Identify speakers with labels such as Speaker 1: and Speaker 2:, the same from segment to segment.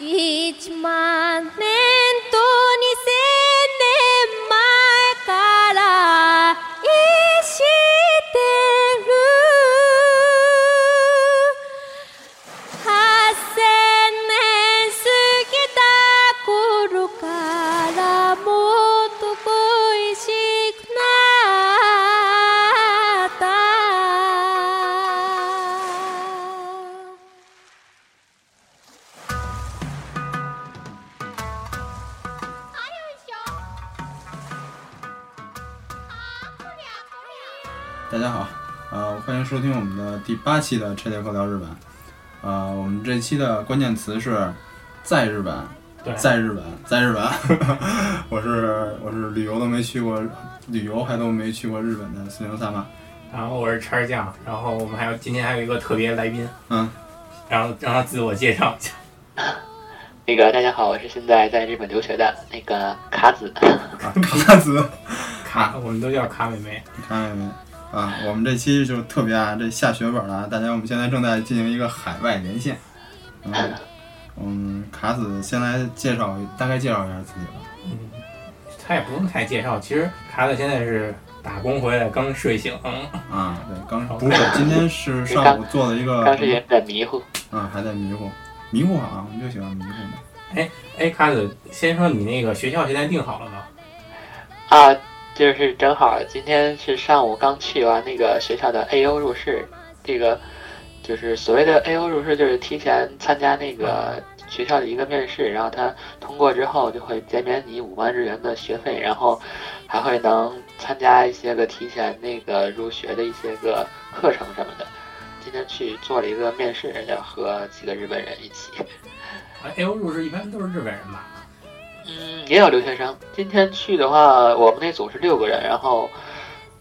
Speaker 1: 一万年と二千年前から愛してる八千年過ぎた頃からもっと恋しくなった
Speaker 2: 大家好，呃，欢迎收听我们的第八期的拆解课聊日本。呃，我们这期的关键词是在日本，
Speaker 3: 对
Speaker 2: 在日本，在日本。 我是我是旅游都没去过，旅游还都没去过日本的四零三嘛。
Speaker 3: 然后我是叉儿酱，然后我们还有今天还有一个特别来宾，
Speaker 2: 嗯，
Speaker 3: 然后让他自我介绍一下。
Speaker 4: 那个大家好，我是现在在日本留学的那个卡子，
Speaker 2: 啊，卡子，
Speaker 3: 卡，我们都叫卡美美。
Speaker 2: 你看见没？啊，我们这期就特别啊，这下血本了啊！大家，我们现在正在进行一个海外连线。嗯，嗯，卡子先来介绍，大概介绍一下自己吧。
Speaker 3: 嗯，他也不用太介绍，其实卡子现在是打工回来，刚睡醒。
Speaker 2: 啊，对，刚不是，今天 是上午做了一个，
Speaker 4: 当时有点迷糊。
Speaker 2: 嗯，还在迷糊，迷糊好，我们就喜欢迷糊嘛。
Speaker 3: 哎，卡子，先说你那个学校现在定好了吗？
Speaker 4: 啊，就是正好今天是上午刚去完那个学校的 AO 入试，这个就是所谓的 AO 入试，就是提前参加那个学校的一个面试，然后他通过之后就会减免你五万日元的学费，然后还会能参加一些个提前那个入学的一些个课程什么的。今天去做了一个面试，然后和几个日本人一起。
Speaker 3: 哎，A O 入职一般都是日本人吧？
Speaker 4: 嗯，也有留学生。今天去的话，我们那组是六个人，然后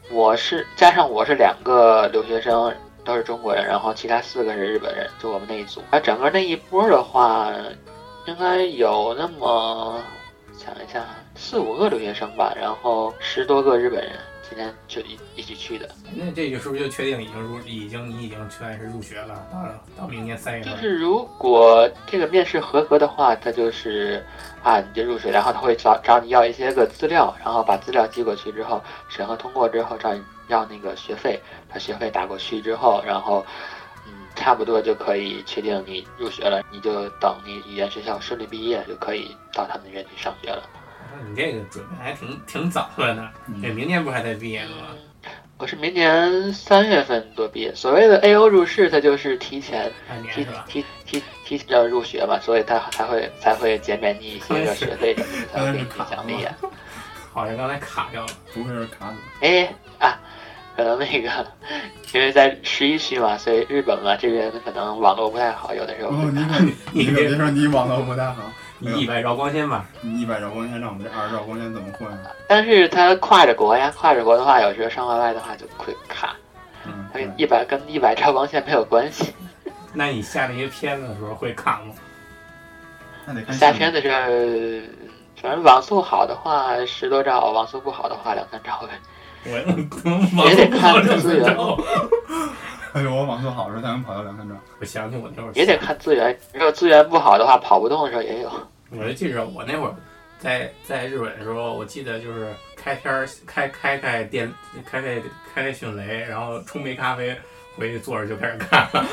Speaker 4: 我是加上我是两个留学生，都是中国人，然后其他四个是日本人，就我们那一组。啊，整个那一波的话，应该有那么想一下四五个留学生吧，然后十多个日本人，今天就一一起去的。
Speaker 3: 那这个是不是就确定已经入，已经你已经算是入学了？到到明年三月
Speaker 4: 就
Speaker 3: 份。
Speaker 4: 是如果这个面试合格的话，他就是按你就入学，然后他会找找你要一些个资料，然后把资料寄过去之后，审核通过之后，找你要那个学费，把学费打过去之后，然后嗯，差不多就可以确定你入学了，你就等你语言学校顺利毕业，就可以到他们那边去上学了。
Speaker 3: 那你这个准备还挺挺早的呢。
Speaker 2: 嗯
Speaker 3: 这明年不是还在毕业呢吗？
Speaker 4: 我是明年三月份多毕业，所谓的 A O 入试，它就是提前
Speaker 3: 半年
Speaker 4: 提
Speaker 3: 是吧？
Speaker 4: 提提提前要入学嘛，所以他才会才会减免你一些个学 费，才会给你奖励啊。
Speaker 3: 好像刚才卡掉了。
Speaker 2: 不愧是卡子，
Speaker 4: 哎啊，可能那个因为在十一区嘛，所以日本嘛这边可能网络不太好，有的时候
Speaker 2: 哦，
Speaker 4: 会
Speaker 2: 你
Speaker 4: 卡。
Speaker 2: 可 你可别说你网络不太好，
Speaker 3: 你一百绕光纤吧，
Speaker 2: 你一百兆光纤让我们这二十兆光纤怎么混啊？
Speaker 4: 但是他跨着国呀，跨着国的话，有时候上 YY 的话就会卡，
Speaker 2: 嗯，
Speaker 4: 它
Speaker 2: 对
Speaker 4: 跟一百跟一百兆光线没有关 系。
Speaker 3: 那你下那些片子的时候会卡吗？
Speaker 2: 那得看
Speaker 4: 夏
Speaker 2: 项目
Speaker 4: 天的时候，反正网速好的话十多兆，网速不好的话两三兆呗。
Speaker 3: 我我
Speaker 4: 也得看资源
Speaker 2: 哎呦，我网速好的时候才能跑到两三兆。
Speaker 3: 我想起我那会儿
Speaker 4: 也得看资源，如果资源不好的话，跑不动的时候也有。
Speaker 3: 我就记着我那会儿在在日本的时候，我记得就是开片儿开开开电开开开开迅雷，然后冲杯咖啡回去坐着就开始看了。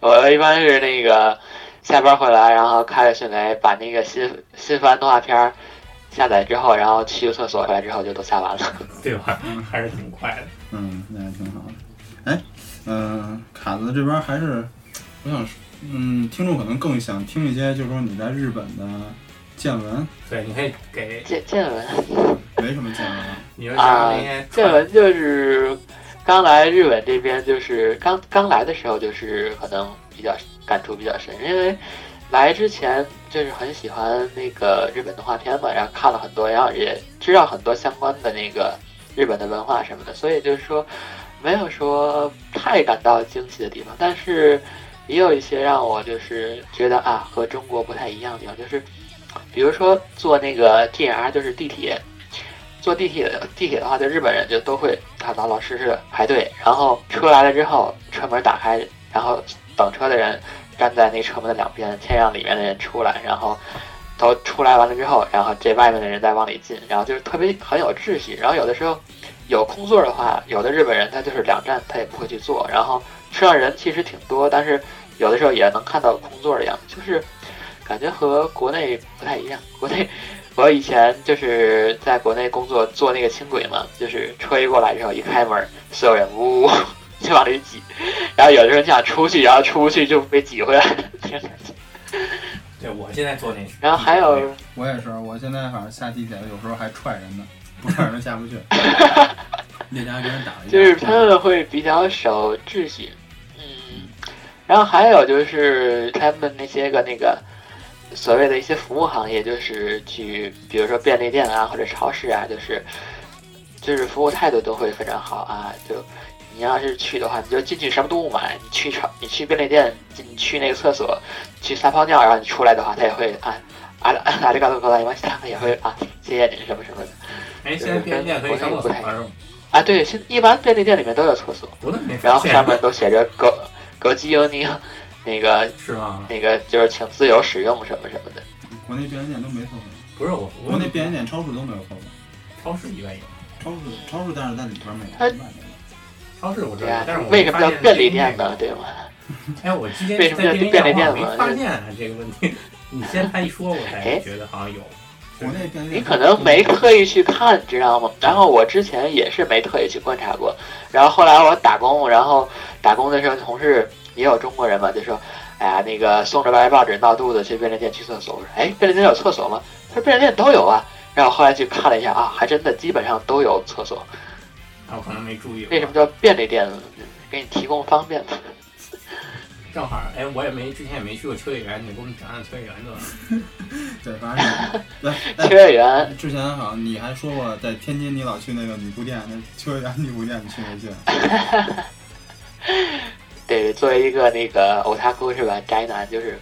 Speaker 4: 我一般是那个下班回来，然后开着迅雷把那个新新番动画片儿下载之后，然后去个厕所，回来之后就都下完了。
Speaker 3: 对吧？还是挺快的。
Speaker 2: 嗯，那还挺好的。哎，嗯、卡子这边还是，我想说，嗯，听众可能更想听一些，就是说你在日本的见闻，
Speaker 3: 对，你可以给
Speaker 4: 见见闻
Speaker 2: 没什么见闻啊。
Speaker 3: 你就
Speaker 4: 啊
Speaker 3: 像那些
Speaker 4: 见闻就是刚来日本这边，就是刚刚来的时候，就是可能比较感触比较深，因为来之前就是很喜欢那个日本动画片嘛，然后看了很多，然后也知道很多相关的那个日本的文化什么的，所以就是说没有说太感到惊喜的地方，但是也有一些让我就是觉得啊和中国不太一样的地方，就是比如说坐那个 JR 就是地铁，坐地铁啊地铁的话，就日本人就都会啊老老实实的排队，然后车来了之后车门打开，然后等车的人。站在那个车门的两边，先让里面的人出来，然后都出来完了之后，然后这外面的人再往里进，然后就是特别很有秩序。然后有的时候有空座的话，有的日本人他就是两站他也不会去坐，然后车上人其实挺多，但是有的时候也能看到空座的样子，就是感觉和国内不太一样。国内 我以前就是在国内工作坐那个轻轨嘛，就是车一过来之后一开门，所有人呜呜呜 就往里挤，然后有的人想出去，然后出不去就被挤回来。
Speaker 3: 对我现在坐那，
Speaker 4: 然后还有
Speaker 2: 我也是，我现在反正下地铁有时候还踹人 呢，不踹人下不 去。那天还跟人打了一架。
Speaker 4: 就是他们会比较守秩序，嗯，然后还有就是他们那些个那个所谓的一些服务行业，就是去比如说便利店啊或者超市啊，就是就是服务态度都会非常好啊。就你要是去的话，你就进去什么都不买，你去超你去便利店，你去那个厕所，去撒泡尿，然后啊你出来的话，他也会啊啊啊这个够了，你他也会啊谢谢你什么什么的
Speaker 3: 哎，现在便利店可以上厕所了是吗？
Speaker 4: 啊。对，现一般便利店里面都有厕所。
Speaker 3: 我怎么没发
Speaker 4: 然后
Speaker 3: 现？
Speaker 4: 上面都写着“狗狗基有你”，那个
Speaker 3: 是吗？
Speaker 4: 那个就是请自由使用什么什么的。
Speaker 2: 国内便利店都没厕所，
Speaker 3: 不是我，
Speaker 2: 国
Speaker 3: 我
Speaker 2: 内便利店、超市都没有厕所，
Speaker 3: 超市以外有，
Speaker 2: 超市超市但是在里边没有。
Speaker 4: 它
Speaker 2: 外面有
Speaker 3: 超市我知
Speaker 4: 对
Speaker 3: 道
Speaker 4: 啊呀，，
Speaker 3: 但是我
Speaker 4: 为什么叫
Speaker 3: 发现
Speaker 4: 便利
Speaker 3: 那个
Speaker 4: 店呢？对吗？
Speaker 3: 哎，我今天
Speaker 4: 为什么
Speaker 3: 在
Speaker 4: 叫
Speaker 3: 电
Speaker 4: 便利
Speaker 3: 话
Speaker 4: 店
Speaker 3: 没
Speaker 4: 呢
Speaker 3: 发现啊这个问题。你先他一说，我才
Speaker 4: 哎
Speaker 3: 觉得好像有。
Speaker 2: 国内便利
Speaker 4: 你
Speaker 2: 店
Speaker 4: 可能没特意去看，知道吗？然后我之前也是没特意去观察过。然后后来我打工，然后打工的时候同事也有中国人嘛，就说：“哎呀，那个送着白报纸闹肚子去便利店去厕所。”我说：“哎，便利店有厕所吗？”他说：“便利店都有啊。”然后后来去看了一下啊，还真的基本上都有厕所。
Speaker 3: 啊，我可能没注意。
Speaker 4: 为什么叫便利店呢？给你提供方便。
Speaker 3: 正好，哎，我也没之前也没去过秋叶原，你给我们讲讲秋叶原的吧。
Speaker 4: 啊
Speaker 2: 对，反正 你来
Speaker 4: 秋
Speaker 2: 哎。
Speaker 4: 叶原
Speaker 2: 之前好像你还说过，在天津你老去那个女仆店，那秋叶原女仆店，你去没去？
Speaker 4: 对，作为一个那个 otaku 是吧，宅男就是，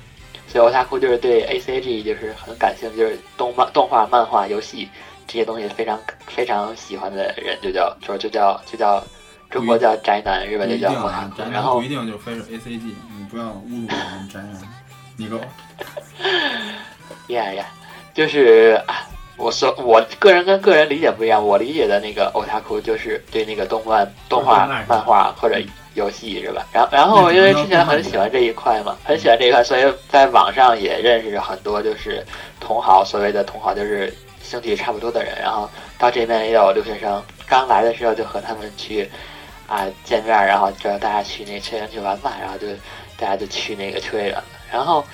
Speaker 4: 所以 otaku 就是对 A C G 就是很感兴趣，就是动漫、动画、漫画、游戏这些东西非常非常喜欢的人，就叫就就叫就叫中国叫宅男，日
Speaker 2: 不
Speaker 4: 本就
Speaker 2: 一
Speaker 4: 叫
Speaker 2: 定啊，宅
Speaker 4: otaku。然
Speaker 2: 男不
Speaker 4: 后
Speaker 2: 一定就非是 A C G，你不要侮辱我们宅男。你给我
Speaker 4: 呀呀，就是啊，我所我个人跟个人理解不一样，我理解的那个 otaku 就是对那个动漫、动画
Speaker 3: 动漫、
Speaker 4: 漫画或者游戏是吧？然后然后因为之前很喜欢这一块嘛，很喜欢这一块，所以在网上也认识很多就是同好，所谓的同好就是兴趣差不多的人，然后到这边也有留学生，刚来的时候就和他们去啊见面，然后叫大家去那秋叶原去玩吧，然后就大家就去那个秋叶原了，然后。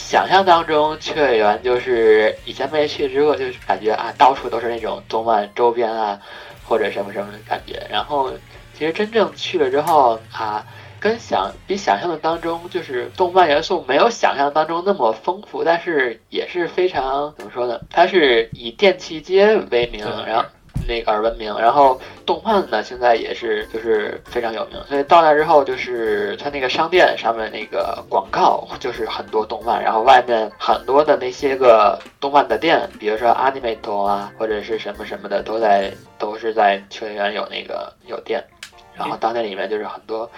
Speaker 4: 想象当中，秋叶原就是以前没去之后，就是感觉啊，到处都是那种动漫周边啊，或者什么什么的感觉。然后其实真正去了之后啊，跟想比想象的当中，就是动漫元素没有想象当中那么丰富，但是也是非常怎么说呢？它是以电器街为名
Speaker 3: 对，
Speaker 4: 然后。那个而闻名，然后动漫呢，现在也是就是非常有名，所以到那之后，就是它那个商店上面那个广告就是很多动漫，然后外面很多的那些个动漫的店，比如说 Anime 头啊，或者是什么什么的，都在都是在秋叶原有那个有店，然后到那里面就是很多，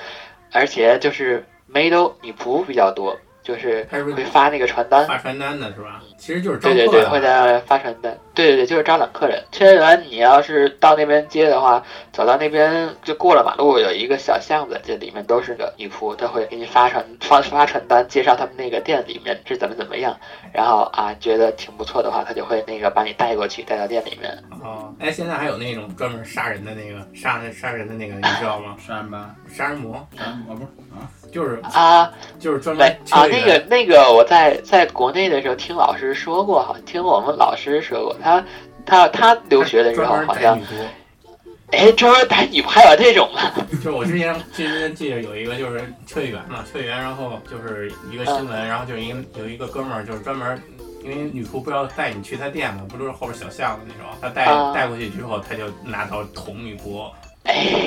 Speaker 4: 而且就是梅都女仆比较多，就是
Speaker 3: 还是
Speaker 4: 会发那个传单，
Speaker 3: 发啊传单的是吧？其实就是招
Speaker 4: 对对对，
Speaker 3: 客
Speaker 4: 会
Speaker 3: 的。
Speaker 4: 在发传单。对对对，就是招揽客人。秋叶原，你要是到那边接的话，走到那边就过了马路，有一个小巷子，这里面都是个女仆，她会给你发传 发发传单，介绍他们那个店里面是怎么怎么样。然后啊，觉得挺不错的话，她就会那个把你带过去，带到店里面。
Speaker 3: 哦，哎，现在还有那种专门杀人的那个杀杀人的那个，你知道吗？
Speaker 2: 杀人吧，
Speaker 3: 杀人魔
Speaker 2: 杀人啊不是啊，
Speaker 3: 就是
Speaker 4: 啊，
Speaker 3: 就是 专
Speaker 4: 对
Speaker 3: 门
Speaker 4: 啊，
Speaker 3: 秋叶
Speaker 4: 那
Speaker 3: 原
Speaker 4: 个那个，我在在国内的时候听老师说过，好像听我们老师说过，他他他留学的时候
Speaker 3: 专门
Speaker 4: 好
Speaker 3: 逮
Speaker 4: 像
Speaker 3: 女仆。
Speaker 4: 哎，专门逮女仆还有这种吗？
Speaker 3: 就是我之前之前记得有一个就是秋叶原嘛，秋叶原，然后就是一
Speaker 4: 嗯
Speaker 3: 个新闻，然后就是一个有一个哥们儿就是专门。因为女仆不要带你去他店嘛，不都是后边小巷子那种？他带、
Speaker 4: 啊
Speaker 3: 带过去之后，他就拿刀捅女仆。
Speaker 4: 哎，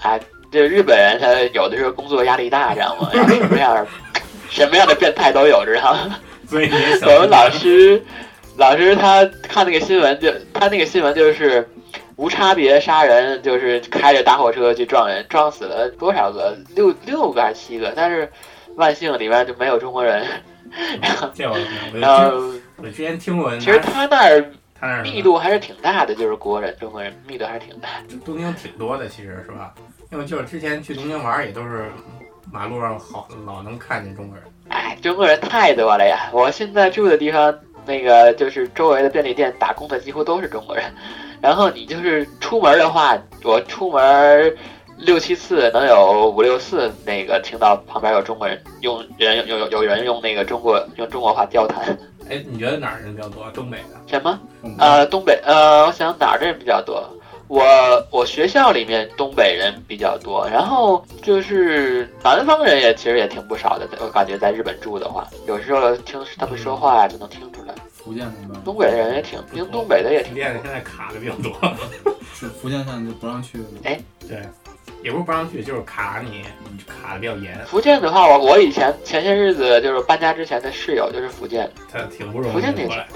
Speaker 4: 啊，这日本人他有的时候工作压力大，知道吗？然后什么样儿什么样的变态都有，知道吗？
Speaker 3: 所以你也想
Speaker 4: 我们老师老师他看那个新闻就他那个新闻就是无差别杀人，就是开着大货车去撞人，撞死了多少个？六六个还是七个？但是万幸里边就没有中国人。然后，
Speaker 3: 这我我
Speaker 4: 然
Speaker 3: 之
Speaker 4: 后
Speaker 3: 我之前听过，
Speaker 4: 嗯其实他那儿
Speaker 3: 他那儿
Speaker 4: 密度还是挺大的，就是国人中国人密度还是挺大。
Speaker 3: 东京挺多的，其实是吧？因为就是之前去东京玩儿也都是马路上好老能看见中国人。
Speaker 4: 哎，中国人太多了呀！我现在住的地方，那个就是周围的便利店打工的几乎都是中国人。然后你就是出门的话，我出门六七次能有五六次，那个听到旁边有中国人用人有有有人用那个中国用中国话交谈。
Speaker 3: 哎，你觉得哪儿人比较多？东北的？
Speaker 4: 什么？
Speaker 2: 我们
Speaker 4: 呃，东北，呃，我想哪儿的人比较多？我我学校里面东北人比较多，然后就是南方人也其实也挺不少的。在我感觉在日本住的话，有时候听他们说话呀就能听出来，
Speaker 2: 福建那边
Speaker 4: 东北的人也挺，听东北的也挺
Speaker 3: 练的现
Speaker 4: 多。
Speaker 3: 在卡的比较多。
Speaker 2: 是福建现在就不让去了。
Speaker 3: 对，也不是不让去，就是卡你，卡的比较严，
Speaker 4: 福建的话，我我以前前些日子就是搬家之前的室友就是福建，
Speaker 3: 他挺不容
Speaker 4: 福
Speaker 3: 易
Speaker 4: 建那
Speaker 3: 过来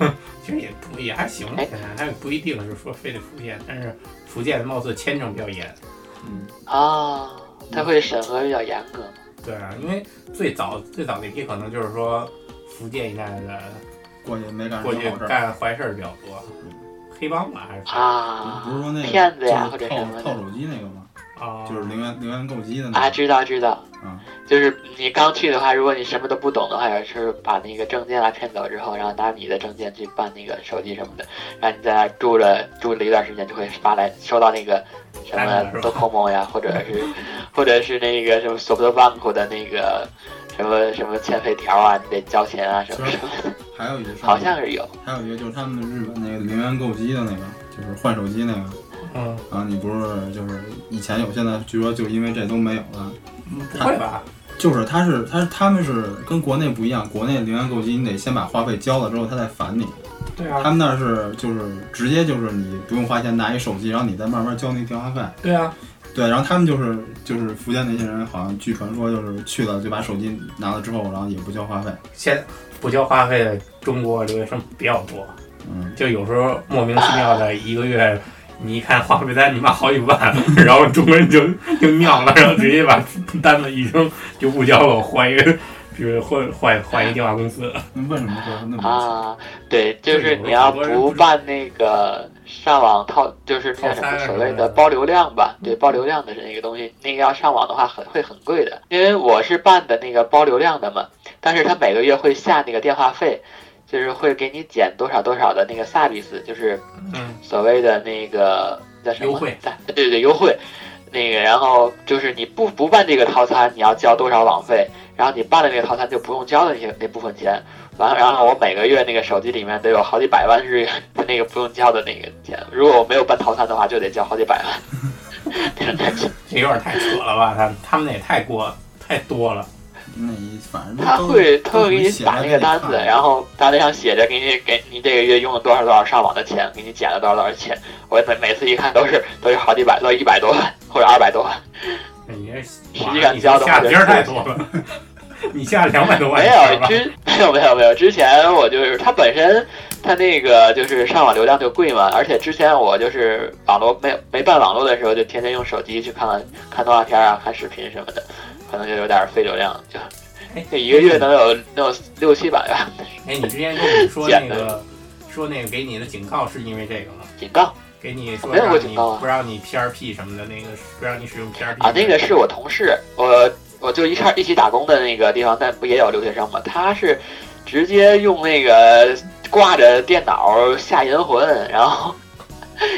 Speaker 2: 嗯。
Speaker 3: 其实也不也还行，
Speaker 4: 哎
Speaker 3: 现在还不一定是说非得福建，但是福建貌似签证比较严。
Speaker 2: 嗯，
Speaker 4: 啊，他会审核比较严格。
Speaker 3: 对啊，因为最早最早那批可能就是说福建一带的
Speaker 2: 过去没干
Speaker 3: 过
Speaker 2: 什
Speaker 3: 去
Speaker 2: 么好事儿，
Speaker 3: 干坏事儿比较多，黑帮吧还是
Speaker 4: 啊，
Speaker 2: 不是说那个
Speaker 4: 骗子呀，或
Speaker 2: 就
Speaker 4: 者
Speaker 2: 是
Speaker 4: 什么
Speaker 2: 套套
Speaker 4: 的
Speaker 2: 手机那个吗？
Speaker 3: 啊，
Speaker 2: 就是零元零元购机的那
Speaker 4: 啊，
Speaker 2: 个。
Speaker 4: 知道知道，
Speaker 2: 啊
Speaker 4: 就是你刚去的话，如果你什么都不懂的话，有时候把那个证件啊骗走之后，然后拿你的证件去办那个手机什么的，然后你在那儿住了住了一段时间，就会发来收到那个什
Speaker 3: 哎
Speaker 4: 么
Speaker 3: 是吧
Speaker 4: Docomo 呀，或者是或者是那个什么 SoftBank 的那个什么什么欠费条啊，你得交钱啊什么什么的，
Speaker 2: 还有一个是
Speaker 4: 好像是有
Speaker 2: 还有一个就是他们日本那个零元购机的那个，就是换手机那个。
Speaker 3: 嗯，
Speaker 2: 然后你不是就是以前有，现在据说就因为这都没有了。嗯
Speaker 3: 不会吧？
Speaker 2: 就是他是他是他们是跟国内不一样，国内零元购机你得先把话费交了之后他再返你。
Speaker 3: 对
Speaker 2: 他
Speaker 3: 啊，
Speaker 2: 们那儿是就是直接就是你不用花钱拿一手机，然后你再慢慢交那电话费。
Speaker 3: 对啊，
Speaker 2: 对，然后他们就是就是福建那些人，好像据传说就是去了就把手机拿了之后，然后也不交话费。
Speaker 3: 现不交话费的中国留学生比较多，
Speaker 2: 嗯，
Speaker 3: 就有时候莫名其妙的一个月，你一看话费单，你妈好几万，然后中国人就就尿了，然后直接把单子一扔就不交了，换一个，比如换换换一电话公司。
Speaker 2: 那为什么说那么多
Speaker 4: 啊，对，就
Speaker 3: 对
Speaker 4: 是
Speaker 3: 有的
Speaker 4: 你要
Speaker 3: 很多人不
Speaker 4: 不
Speaker 3: 知
Speaker 4: 办那个上网套，就是那个什
Speaker 3: 套
Speaker 4: 么
Speaker 3: 餐啊
Speaker 4: 所
Speaker 3: 什么
Speaker 4: 谓的
Speaker 3: 的嗯
Speaker 4: 包流量吧，对，包流量的那个东西，那个要上网的话很会很贵的，因为我是办的那个包流量的嘛，但是他每个月会下那个电话费，就是会给你减多少多少的那个萨比斯，就是
Speaker 3: 嗯，
Speaker 4: 所谓的那个叫什么？
Speaker 3: 优惠
Speaker 4: 在对对优惠，那个然后就是你不不办这个套餐，你要交多少网费，然后你办了那个套餐就不用交的那些那部分钱，完了然后我每个月那个手机里面得有好几百万日元的那个不用交的那个钱，如果我没有办套餐的话，就得交好几百万。那种 感觉
Speaker 3: 这有点太扯了吧？他他们那也太过太多了。
Speaker 2: 那一反正都
Speaker 4: 他会，他
Speaker 2: 都
Speaker 4: 会给你
Speaker 2: 写
Speaker 4: 打那个 单子，然
Speaker 2: 后
Speaker 4: 后单子上写着给你给你这个月用了多少多少上网的钱，给你减了多少多少钱。我每每次一看都是都是好几百，都一百多万或者二百多万。
Speaker 3: 你这
Speaker 4: 实际上交的
Speaker 3: 下
Speaker 4: 话就
Speaker 3: 的
Speaker 4: 是
Speaker 3: 儿太多了， 你下两百多万
Speaker 4: 没
Speaker 3: 节儿
Speaker 4: 有
Speaker 3: 吧？
Speaker 4: 之 没有没有没有，之前我就是它本身它那个就是上网流量就贵嘛，而且之前我就是网络没有没办网络的时候，就天天用手机去看看动画片啊、看视频什么的，可能就有点费流量，就
Speaker 3: 哎
Speaker 4: 就一个月能有能有六七百吧
Speaker 3: 哎，你之前跟我们说那个说那个给你的警告是因为这个吗？
Speaker 4: 警告
Speaker 3: 给你说
Speaker 4: 没有
Speaker 3: 让
Speaker 4: 过
Speaker 3: 你
Speaker 4: 警告啊
Speaker 3: 不让你 PRP 什么的那个，不让你使用 PRP
Speaker 4: 啊！那个是我同事，我我就一块一起打工的那个地方，但不也有留学生嘛？他是直接用那个挂着电脑下银魂，然后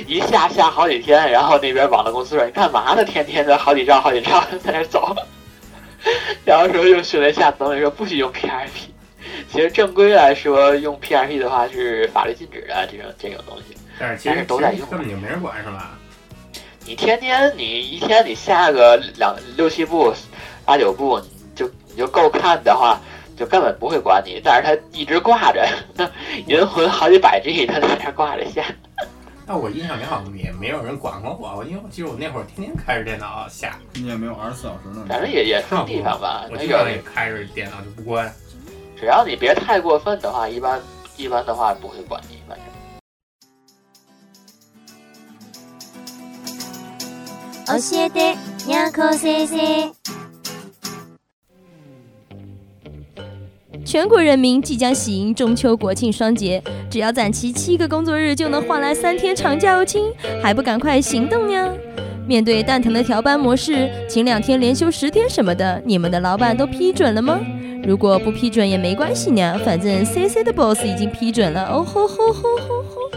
Speaker 4: 一下下好几天，然后那边网络公司说你干嘛呢？天天的好几兆好几兆在那走， 然后说又训了一下，总理说不许用 PRP。其实正规来说，用 PRP 的话是法律禁止的这种这种东西。
Speaker 3: 但是其
Speaker 4: 但
Speaker 3: 实
Speaker 4: 是都在
Speaker 3: 其实
Speaker 4: 用
Speaker 3: 根本就没人管是吧？
Speaker 4: 你天天你一天你下个两六七步、八九步，你就你就够看的话，就根本不会管你。但是他一直挂着， 银魂好几百 G，他在那儿挂着下。
Speaker 3: 但我印象里好像也没有人管过我，因为我记得我那会儿天天开着电脑下，
Speaker 2: 你也没有二十四小时呢。
Speaker 4: 反正也也分地方吧，
Speaker 3: 啊我
Speaker 4: 那
Speaker 3: 基
Speaker 4: 有
Speaker 3: 本上也开着电脑就不关。
Speaker 4: 只要你别太过分的话，一般一般的话不会管你，反正。
Speaker 5: 教えてにゃんこ先生。
Speaker 1: 全国人民即将喜迎中秋、国庆双节，只要攒齐七个工作日，就能换来三天长假哦，亲！还不赶快行动呀！面对蛋疼的调班模式，请两天连休十天什么的，你们的老板都批准了吗？如果不批准也没关系呢，反正 C C 的 boss 已经批准了。哦吼吼吼吼吼！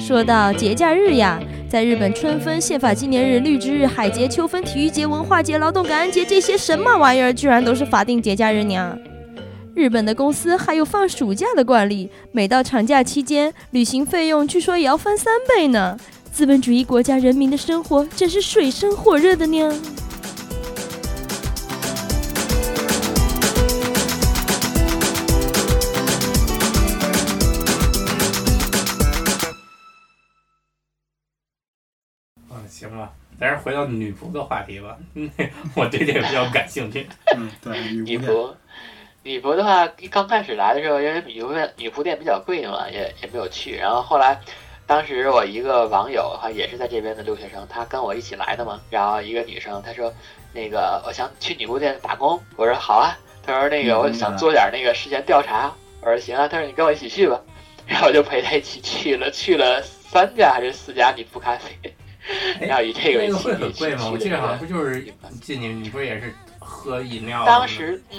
Speaker 1: 说到节假日呀，在日本春分、宪法纪念日、绿植日、海节、秋分、体育节、文化节、劳动感恩节这些神马玩意儿，居然都是法定节假日呢。日本的公司还有放暑假的惯例，每到长假期间，旅行费用据说也要翻三倍呢。资本主义国家人民的生活真是水深火热的呢。
Speaker 3: 嗯，行吧，咱是回到女仆的话题吧。嗯， 我对这个比较感兴趣。
Speaker 2: 嗯，对，女
Speaker 4: 女
Speaker 2: 仆店，
Speaker 4: 仆，女仆的话，一刚开始来的时候，因为女仆店女仆店比较贵嘛，也也没有去。然后后来，当时我一个网友，她也是在这边的留学生，她跟我一起来的嘛。然后一个女生，她说那个我想去女仆店打工，我说好啊。她说那
Speaker 2: 嗯
Speaker 4: 个我
Speaker 2: 明白
Speaker 4: 想做点那个事前调查，我说行啊。她说你跟我一起去吧，然后我就陪她一起去了，去了三家还是四家女仆咖啡。 然后以这个
Speaker 3: 哎那
Speaker 4: 为
Speaker 3: 个
Speaker 4: 契
Speaker 3: 会很贵
Speaker 4: 机去
Speaker 3: 吗？我
Speaker 4: 去
Speaker 3: 记得好
Speaker 4: 的
Speaker 3: 像不就是进去，你不是也是喝饮料？啊
Speaker 4: 当时，嗯，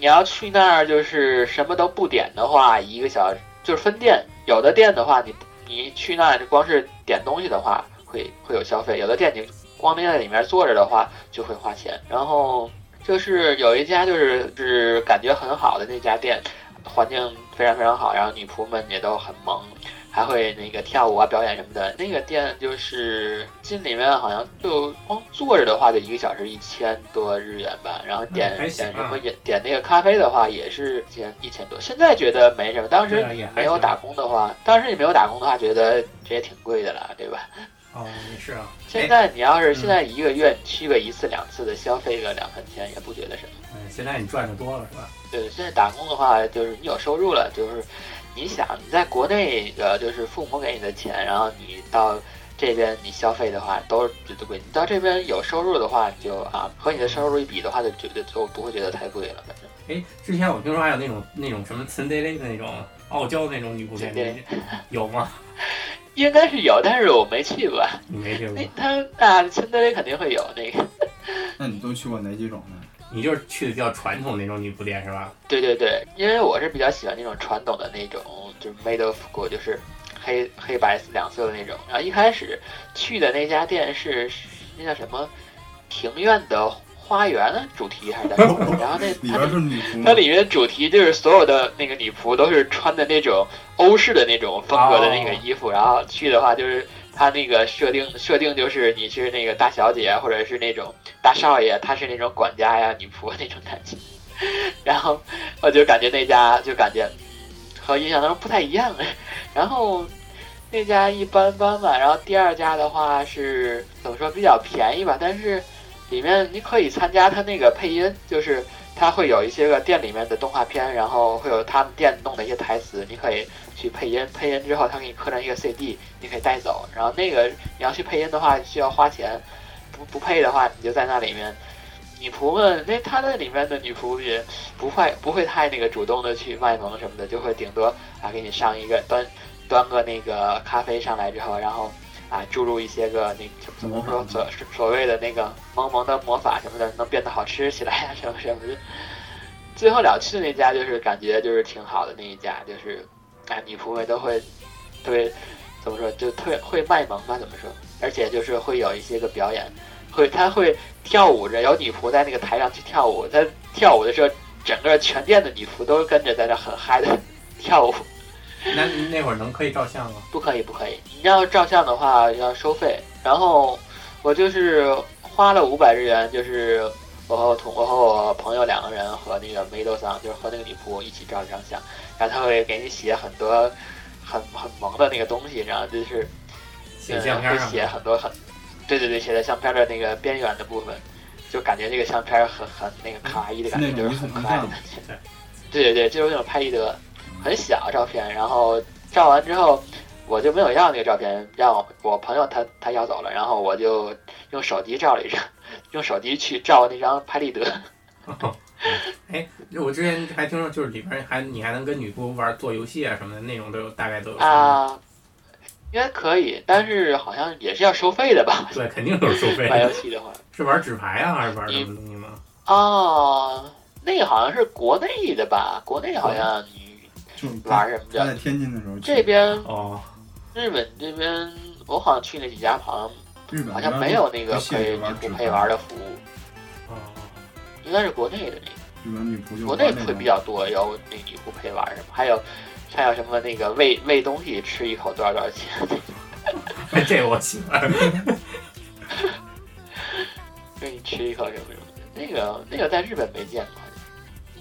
Speaker 4: 你要去那儿就是什么都不点的话，一个小时就是分店，有的店的话，你你去那儿就光是点东西的话，会会有消费；有的店你光在里面坐着的话，就会花钱。然后就是有一家就是是感觉很好的那家店，呃环境非常非常好，然后女仆们也都很萌。还会那个跳舞啊、表演什么的。那个店就是嗯进里面好像就光坐着的话，就一个小时一千多日元吧。然后点、
Speaker 3: 嗯还行
Speaker 4: 点
Speaker 3: 啊
Speaker 4: 什么也点那个咖啡的话，也是一千一千多。现在觉得没什么，当时
Speaker 3: 对啊也还
Speaker 4: 没有
Speaker 3: 行
Speaker 4: 打工的话，当时你没有打工的话，觉得这也挺贵的了，对吧？
Speaker 3: 哦，也是啊。
Speaker 4: 现在你要是
Speaker 3: 嗯
Speaker 4: 现在一个月去个一次两次的，消费个两三千也不觉得什么。
Speaker 3: 嗯，现在你赚的多了是吧？
Speaker 4: 对，现在打工的话，就是你有收入了，就是你想你在国内呃，就是父母给你的钱，然后你到这边你消费的话，都是觉得贵。你到这边有收入的话，你就啊和你的收入一比的话，就觉得就不会觉得太贵了。反正
Speaker 3: 哎，之前我听说还有那种那种什么 c i n d e 的那种傲娇那种女仆店，
Speaker 4: Tsundere
Speaker 3: 你有吗？
Speaker 4: 应该是有，但是我没去过。
Speaker 3: 你没去过
Speaker 4: 那？他啊，村德里肯定会有那个。
Speaker 2: 那你都去过哪几种呢？
Speaker 3: 你就是去的比较传统那种女仆店是 吧？
Speaker 4: 对对对，因为我是比较喜欢那种传统的那种，就是 made of 果，就是黑黑白两色的那种。然后一开始去的那家店是是那叫什么庭院的花园主题还是叫什么？然后那
Speaker 2: 里
Speaker 4: 它
Speaker 2: 边是女仆吗
Speaker 4: 它？里面的主题就是所有的那个女仆都是穿的那种欧式的那种风格的那个衣服，然后去的话就是它那个设定设定就是你是那个大小姐或者是那种大少爷，他是那种管家呀女仆那种感觉。 然后我就感觉那家就感觉和印象当中不太一样， 然后那家一般般吧，然后第二家的话是怎么说比较便宜吧，但是里面你可以参加它那个配音，就是它会有一些个店里面的动画片，然后会有他们店弄的一些台词，你可以去配音，配音之后他给你刻上一个 CD，你可以带走，然后那个你要去配音的话需要花钱，不不配的话你就在那里面。女仆们，那他那里面的女仆也不会不会太那个主动的去卖萌什么的，就会顶多啊给你上一个端端个那个咖啡上来之后，然后啊注入一些个那怎么怎么说所所谓的那个萌萌的魔法什么的，能变得好吃起来啊什 么什么的。最后了去那家就是感觉就是挺好的那一家，就是啊女仆们都会特别怎么说就特别会卖萌吧怎么说，而且就是会有一些个表演，会他会跳舞着，有女仆在那个台上去跳舞，在跳舞的时候，整个全店的女仆都跟着在那很嗨的 跳舞。
Speaker 3: 那那会儿能可以照相吗？
Speaker 4: 不可以，不可以，你要照相的话要收费。然后我就是花了五百日元，就是我和我同我和我朋友两个人和那个梅豆桑，就是和那个女仆一起照了张相，然后他会给你写很多很很萌的那个东西，然后就是
Speaker 3: 写相片
Speaker 4: 嗯
Speaker 3: 上
Speaker 4: 会写很多很，对对对，写在相片的那个边缘的部分，就感觉这个相片很很那个可爱的感觉，
Speaker 2: 那
Speaker 4: 就
Speaker 2: 种
Speaker 4: 嗯
Speaker 2: 一
Speaker 4: 是很
Speaker 2: 层
Speaker 4: 可
Speaker 2: 一
Speaker 4: 爱的
Speaker 2: 层
Speaker 4: 感觉。对对对，就是那种拍立得很小的照片，然后照完之后，我就没有要那个照片，让我我朋友他他要走了，然后我就用手机照了一张， 用手机去照那张拍立得。
Speaker 3: 哎，我之前还听说，就是里边还你还能跟女仆玩做游戏啊什么的，那种都有大概都有什么。
Speaker 4: 啊，应该可以，但是好像也是要收费的吧？
Speaker 3: 对，肯定都是收 费
Speaker 4: 玩游
Speaker 3: 的。
Speaker 4: 戏的话，
Speaker 3: 是玩纸牌啊，还是玩什么东西吗？
Speaker 4: 哦，那个好像是国内的吧？国内好像你
Speaker 2: 就
Speaker 4: 玩什么
Speaker 2: 他
Speaker 4: 的，
Speaker 2: 在天津的时候去，
Speaker 4: 这边
Speaker 3: 哦，
Speaker 4: 日本这边我好像去那几家，好
Speaker 2: 日
Speaker 4: 像
Speaker 2: 本
Speaker 4: 好像没有那个可以女仆陪玩
Speaker 2: 的，
Speaker 4: 的服务，
Speaker 3: 哦，
Speaker 4: 应该是国内的那个。
Speaker 2: 日本女仆就
Speaker 4: 国
Speaker 2: 玩
Speaker 4: 内
Speaker 2: 那种
Speaker 4: 会比较多，有那女仆陪玩什么，还有还有什么那个喂喂东西吃一口多少多少钱，
Speaker 3: 这我喜欢。
Speaker 4: 喂你吃一口什么什么的，那个那个在日本没见过。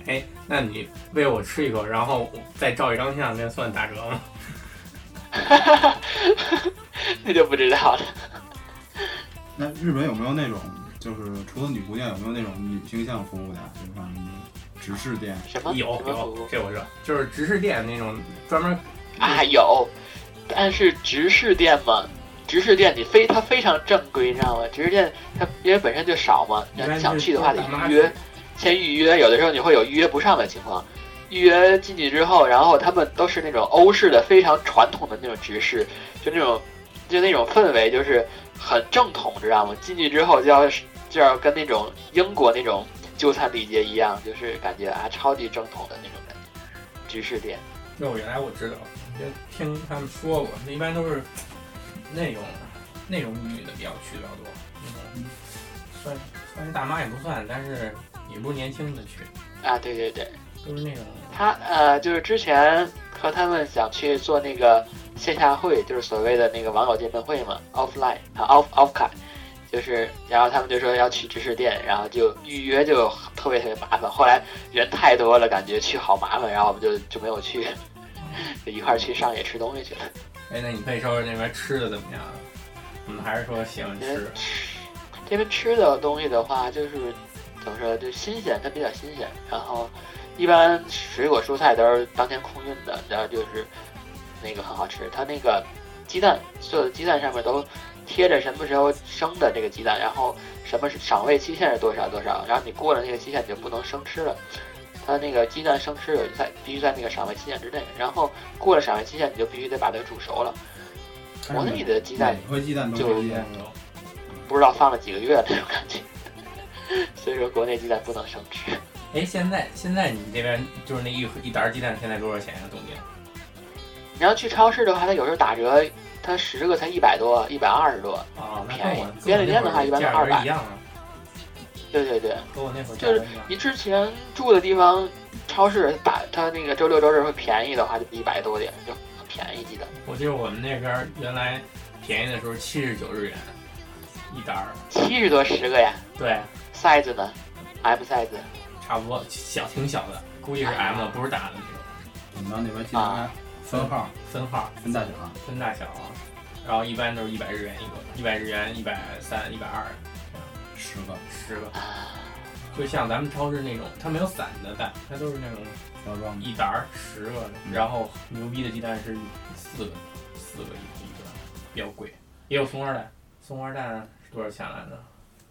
Speaker 3: 哎，那你喂我吃一口，然后我再照一张相，那算打折吗？
Speaker 4: 那就不知道了。
Speaker 2: 那日本有没有那种，就是除了女仆店，有没有那种女性向服务的呀？就是像什么直视店，
Speaker 4: 什么
Speaker 3: 有
Speaker 4: 什么服
Speaker 3: 有
Speaker 4: 务，
Speaker 3: 这我知道，就是直视店那种专门
Speaker 4: 啊？有，但是直视店嘛，直视店你非它非常正规，你知道吗？直视店它因为本身就少嘛，
Speaker 3: 一
Speaker 4: 那
Speaker 3: 般
Speaker 4: 你
Speaker 3: 是
Speaker 4: 想去的话得
Speaker 3: 大妈
Speaker 4: 预约，先预约，有的时候你会有预约不上的情况。预约进去之后，然后他们都是那种欧式的非常传统的那种直视，就那种就那种氛围，就是很正统，知道吗？进去之后就要就要跟那种英国那种就餐礼节一样，就是感觉啊超级正统的那种感觉。直视店，
Speaker 3: 那我原来我知道，就听他们说过，那一般都是那种那种女的比较去比较多，那
Speaker 4: 嗯
Speaker 3: 种算算是大妈也不算，但是也不是年轻的去，
Speaker 4: 啊，对对对。
Speaker 3: 都是那种
Speaker 4: 他呃，就是之前和他们想去做那个线下会，就是所谓的那个网友见面会嘛，offline 啊，off off 卡，就是然后他们就说要去知识店，然后就预约就特别特别麻烦，后来人太多了，感觉去好麻烦，然后我们就就没有去， 就一块儿去上野吃东西去了。
Speaker 3: 哎，那你可以说说那边吃的怎么样？啊我们还是说喜欢
Speaker 4: 因为
Speaker 3: 吃，
Speaker 4: 吃这边吃的东西的话，就是怎么说，就新鲜，它比较新鲜。然后一般水果蔬菜都是当天空运的，然后就是那个很好吃。它那个鸡蛋，所有的鸡蛋上面都贴着什么时候生的这个鸡蛋，然后什么是赏味期限是多少多少，然后你过了那个期限你就不能生吃了。它那个鸡蛋生吃有在必须在那个赏味期限之内，然后过了赏味期限你就必须得把它煮熟了。国内的鸡蛋
Speaker 2: 每回鸡蛋都
Speaker 4: 就
Speaker 2: 直接
Speaker 4: 不知道放了几个月那种感觉。 所以说国内鸡蛋不能生吃，
Speaker 3: 哎，现在现在你这边就是那一盒一袋鸡蛋现在多少钱呀、啊东京？
Speaker 4: 你要去超市的话，它有时候打折，它十个才一百多，一百二十多。
Speaker 3: 啊，那
Speaker 4: 便
Speaker 3: 跟
Speaker 4: 宜
Speaker 3: 我
Speaker 4: 便利店的
Speaker 3: 跟我那会儿
Speaker 4: 话一般都
Speaker 3: 价格
Speaker 4: 200
Speaker 3: 一样啊，
Speaker 4: 对对对，
Speaker 3: 和我那会儿价
Speaker 4: 就是
Speaker 3: 格一样。
Speaker 4: 你之前住的地方超市打它那个周六周日会便宜的话，就一百多点，就很便宜鸡蛋，
Speaker 3: 我记得我们那边儿原来便宜的时候七十九日元一袋儿，
Speaker 4: 七十多十个呀。
Speaker 3: 对，
Speaker 4: size 呢？M size
Speaker 3: 差不多小挺小的，估计是 M 不是大的那种，
Speaker 2: 我们那边鸡
Speaker 4: 啊
Speaker 2: 蛋还分号
Speaker 3: 分号
Speaker 2: 分大小，
Speaker 3: 分大小啊，然后一般都是一百日元一个，一百日元一百三一百二
Speaker 2: 十个，
Speaker 3: 十个，
Speaker 4: 啊，
Speaker 3: 就像咱们超市那种，它没有散的蛋，它都是那种
Speaker 2: 包装的。
Speaker 3: 一袋儿十个的，然后牛逼的鸡蛋是四个四个一一个，比较贵，也有松花蛋，松花蛋是多少钱来着？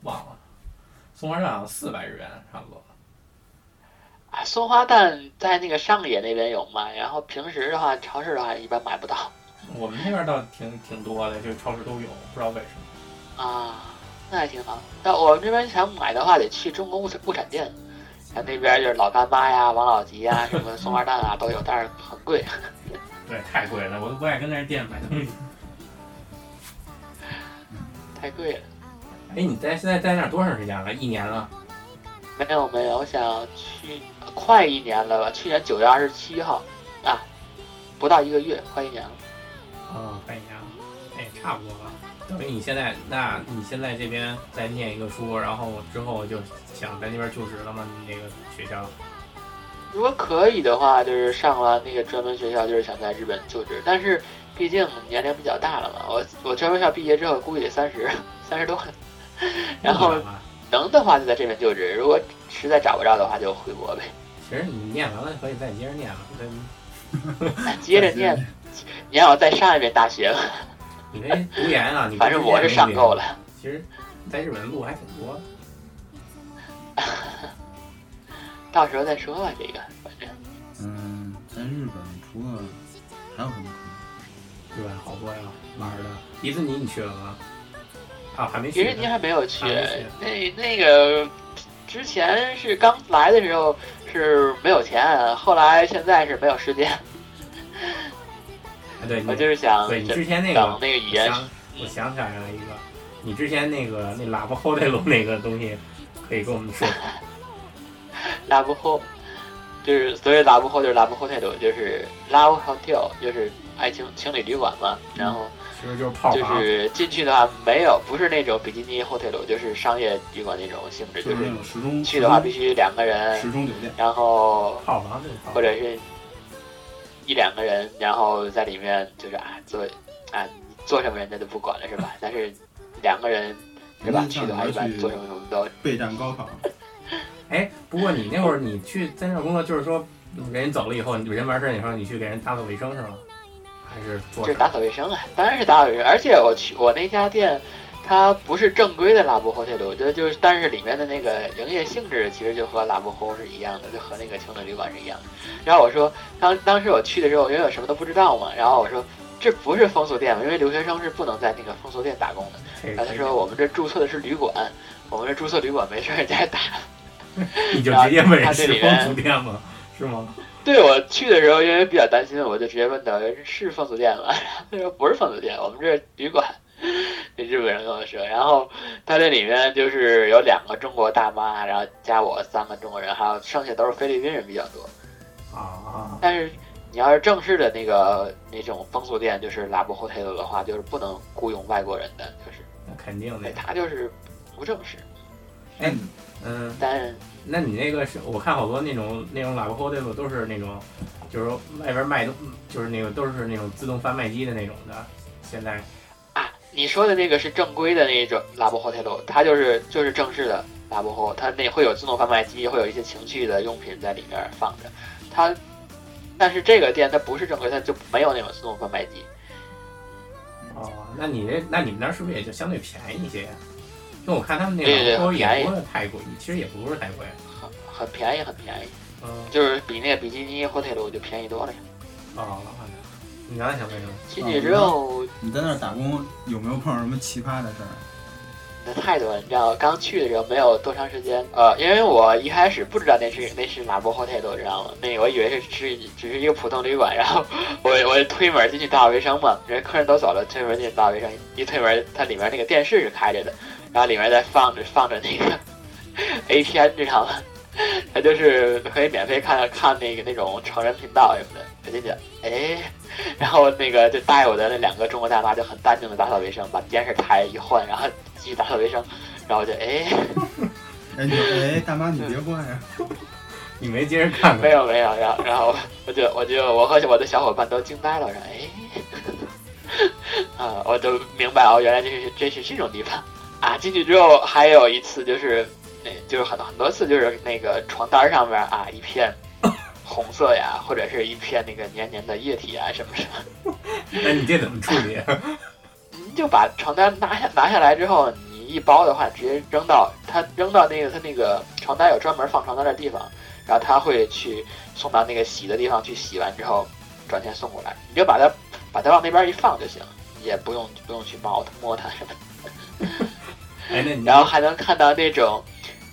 Speaker 3: 忘了，松花蛋好像四百日元差不多。
Speaker 4: 啊松花蛋在那个上野那边有卖，然后平时的话，超市的话一般买不到
Speaker 3: 我们那边倒挺挺多的，就超市都有，不知道为什么。
Speaker 4: 啊，那还挺好。那我们这边想买的话，得去中国物产物产店，像那边就是老干妈呀、王老吉呀、什么松花蛋啊都有，但是很贵。
Speaker 3: 对，太贵了，我都不爱跟那店买东西。
Speaker 4: 太贵了。
Speaker 3: 哎，你在现在在那儿多长时间了？一年了。
Speaker 4: 没有没有，我想去快一年了吧，去年九月二十七号啊，不到一个月，快一年了。
Speaker 3: 啊，看一下，哎，差不多吧。等于你现在，那你现在这边再念一个书，然后之后就想在那边就职了吗？你那个学校？
Speaker 4: 如果可以的话，就是上完那个专门学校，就是想在日本就职，但是毕竟年龄比较大了嘛，我我专门学校毕业之后估计得三十三十多了， 然后
Speaker 3: 念完了
Speaker 4: 能的话就在这边就职，如果实在找不着的话就回国呗，
Speaker 3: 啊哎其实你念完了可以再接着念了，对
Speaker 4: 接着念，你让我再上一遍大学吧，
Speaker 3: 你这读研啊，你
Speaker 4: 反正我是上够了。。
Speaker 3: 其实，在日本路还挺多的。
Speaker 4: 到时候再说吧，这个反正
Speaker 2: 嗯，在日本除了还有什么
Speaker 3: 日本好多呀，玩儿的。迪士尼你去了吗？啊，还没去
Speaker 4: 迪
Speaker 3: 呢。
Speaker 4: 士尼还没有去
Speaker 3: 还没去，
Speaker 4: 那那个之前是刚来的时候是没有钱，后来现在是没有时间，
Speaker 3: 啊对，
Speaker 4: 我
Speaker 3: 你
Speaker 4: 就是想
Speaker 3: 对你之前那
Speaker 4: 等
Speaker 3: 个，
Speaker 4: 那个语
Speaker 3: 我
Speaker 4: 言
Speaker 3: 想我想起来了一个，你之前那个 那喇叭后带龙那个东西，可以跟我们说。
Speaker 4: 拉不后，就是所谓拉不后就是拉不后态度，就是拉不后跳，就是爱情情侣旅馆嘛，
Speaker 3: 嗯
Speaker 4: 然后。
Speaker 3: 其实就是泡
Speaker 4: 就
Speaker 3: 房，
Speaker 4: 是进去的话没有，不是那种比基尼 hotel，就是商业旅馆那种性质，
Speaker 2: 就
Speaker 4: 就是
Speaker 2: 那
Speaker 4: 是
Speaker 2: 种时钟
Speaker 4: 去的话必须两个人，
Speaker 2: 时钟酒店，
Speaker 4: 然后
Speaker 3: 泡房就是泡
Speaker 4: 或
Speaker 3: 房。
Speaker 4: 者是一两个人，然后在里面就是啊做啊做什么人家就不管了是吧？但是两个人是吧？
Speaker 2: 嗯
Speaker 4: 去的话一般做什么什么都
Speaker 2: 备战高考，
Speaker 3: 哎，不过你那会儿你去在那儿工作，就是说人走了以后，你人完事儿以后，你去给人打扫卫生是吗？还是做
Speaker 4: 就是
Speaker 3: 什
Speaker 4: 打
Speaker 3: 么？
Speaker 4: 扫卫生啊，当然是打扫卫生。而且我去我那家店，它不是正规的拉布后这里，我觉得就是，但是里面的那个营业性质其实就和拉布后是一样的，就和那个情侣旅馆是一样的。然后我说，当当时我去的时候，因为我什么都不知道嘛，然后我说这不是风俗店嘛，因为留学生是不能在那个风俗店打工的。
Speaker 3: 这
Speaker 4: 然
Speaker 3: 个
Speaker 4: 后他说我们这注册的是旅馆，我们这注册旅馆没事儿在打。
Speaker 3: 你就直接问人
Speaker 4: 他这
Speaker 3: 是
Speaker 4: 里面
Speaker 3: 风俗店吗？是吗？
Speaker 4: 对我去的时候，因为比较担心，我就直接问他是风俗店 吗？他说不是风俗店，我们这是旅馆。 这日本人跟我说，然后他这里面就是有两个中国大妈，然后加我三个中国人，还有剩下都是菲律宾人比较多。
Speaker 3: 啊，
Speaker 4: 但是你要是正式的那个那种风俗店，就是拉布后泰勒的话，就是不能雇佣外国人的，就是
Speaker 3: 那肯定的
Speaker 4: 哎
Speaker 3: 呀。
Speaker 4: 他就是不正式。
Speaker 3: 哎，嗯，
Speaker 4: 但
Speaker 3: 那你那个是我看好多那种那种喇叭后对付都是那种，就是说外边卖东，就是那个都是那种自动贩卖机的那种的。现在
Speaker 4: 啊，你说的那个是正规的那种拉布后泰楼，它就是就是正式的拉布后，它那会有自动贩卖机，会有一些情趣的用品在里面放着。它，但是这个店它不是正规，它就没有那种自动贩卖机。
Speaker 3: 哦，那你这那你们那儿是不是也就相对便宜一些呀？因为我看他们那
Speaker 4: 对对对
Speaker 3: 个都
Speaker 4: 便
Speaker 3: 也
Speaker 4: 宜
Speaker 3: 不是太贵，其实也不是太贵。
Speaker 4: 很很便宜，很便宜，
Speaker 3: 嗯，
Speaker 4: 就是比那个比基尼 hotel 就便宜多了呀。
Speaker 3: 哦，你刚才想问什么？
Speaker 4: 进去之后，
Speaker 2: 你在那儿打工有没有碰上什么奇葩的事儿？
Speaker 4: 那太多了，你知道，刚去的时候没有多长时间，呃，因为我一开始不知道那是那是马博 hotel，知道吗？那我以为是是只是一个普通旅馆，然后我 我推门进去打扫卫生嘛，人客人都走了，推门进去打扫卫生，一推门它里面那个电视是开着的，然后里面再放着放着那个 A 片，知道吗？它就是可以免费看看那个那种成人频道什么的，我进去，哎，然后那个就带我的那两个中国大妈就很淡定的打扫卫生，把电视台一换，然后继续打扫卫生，然后我就哎，
Speaker 2: 哎，你说哎，大妈你别过来呀、
Speaker 3: 你没接着看
Speaker 4: 没
Speaker 3: 看？
Speaker 4: 有没有，然后然后 我就我就我和我的小伙伴都惊呆了，我说哎， 啊，我就明白哦，原来这是这是这种地方啊。进去之后还有一次就是，那就是很很多次就是那个床单上面啊一片红色呀，或者是一片那个黏黏的液体啊什么什么。
Speaker 3: 那你这怎么处理？啊
Speaker 4: 你就把床单拿下拿下来之后，你一包的话，直接扔到它扔到那个它那个床单有专门放床单的地方，然后它会去送到那个洗的地方去洗完之后，转天送过来，你就把它把它往那边一放就行，也不用不用去摸它摸它什么的，
Speaker 3: 哎，那你
Speaker 4: 然后还能看到那种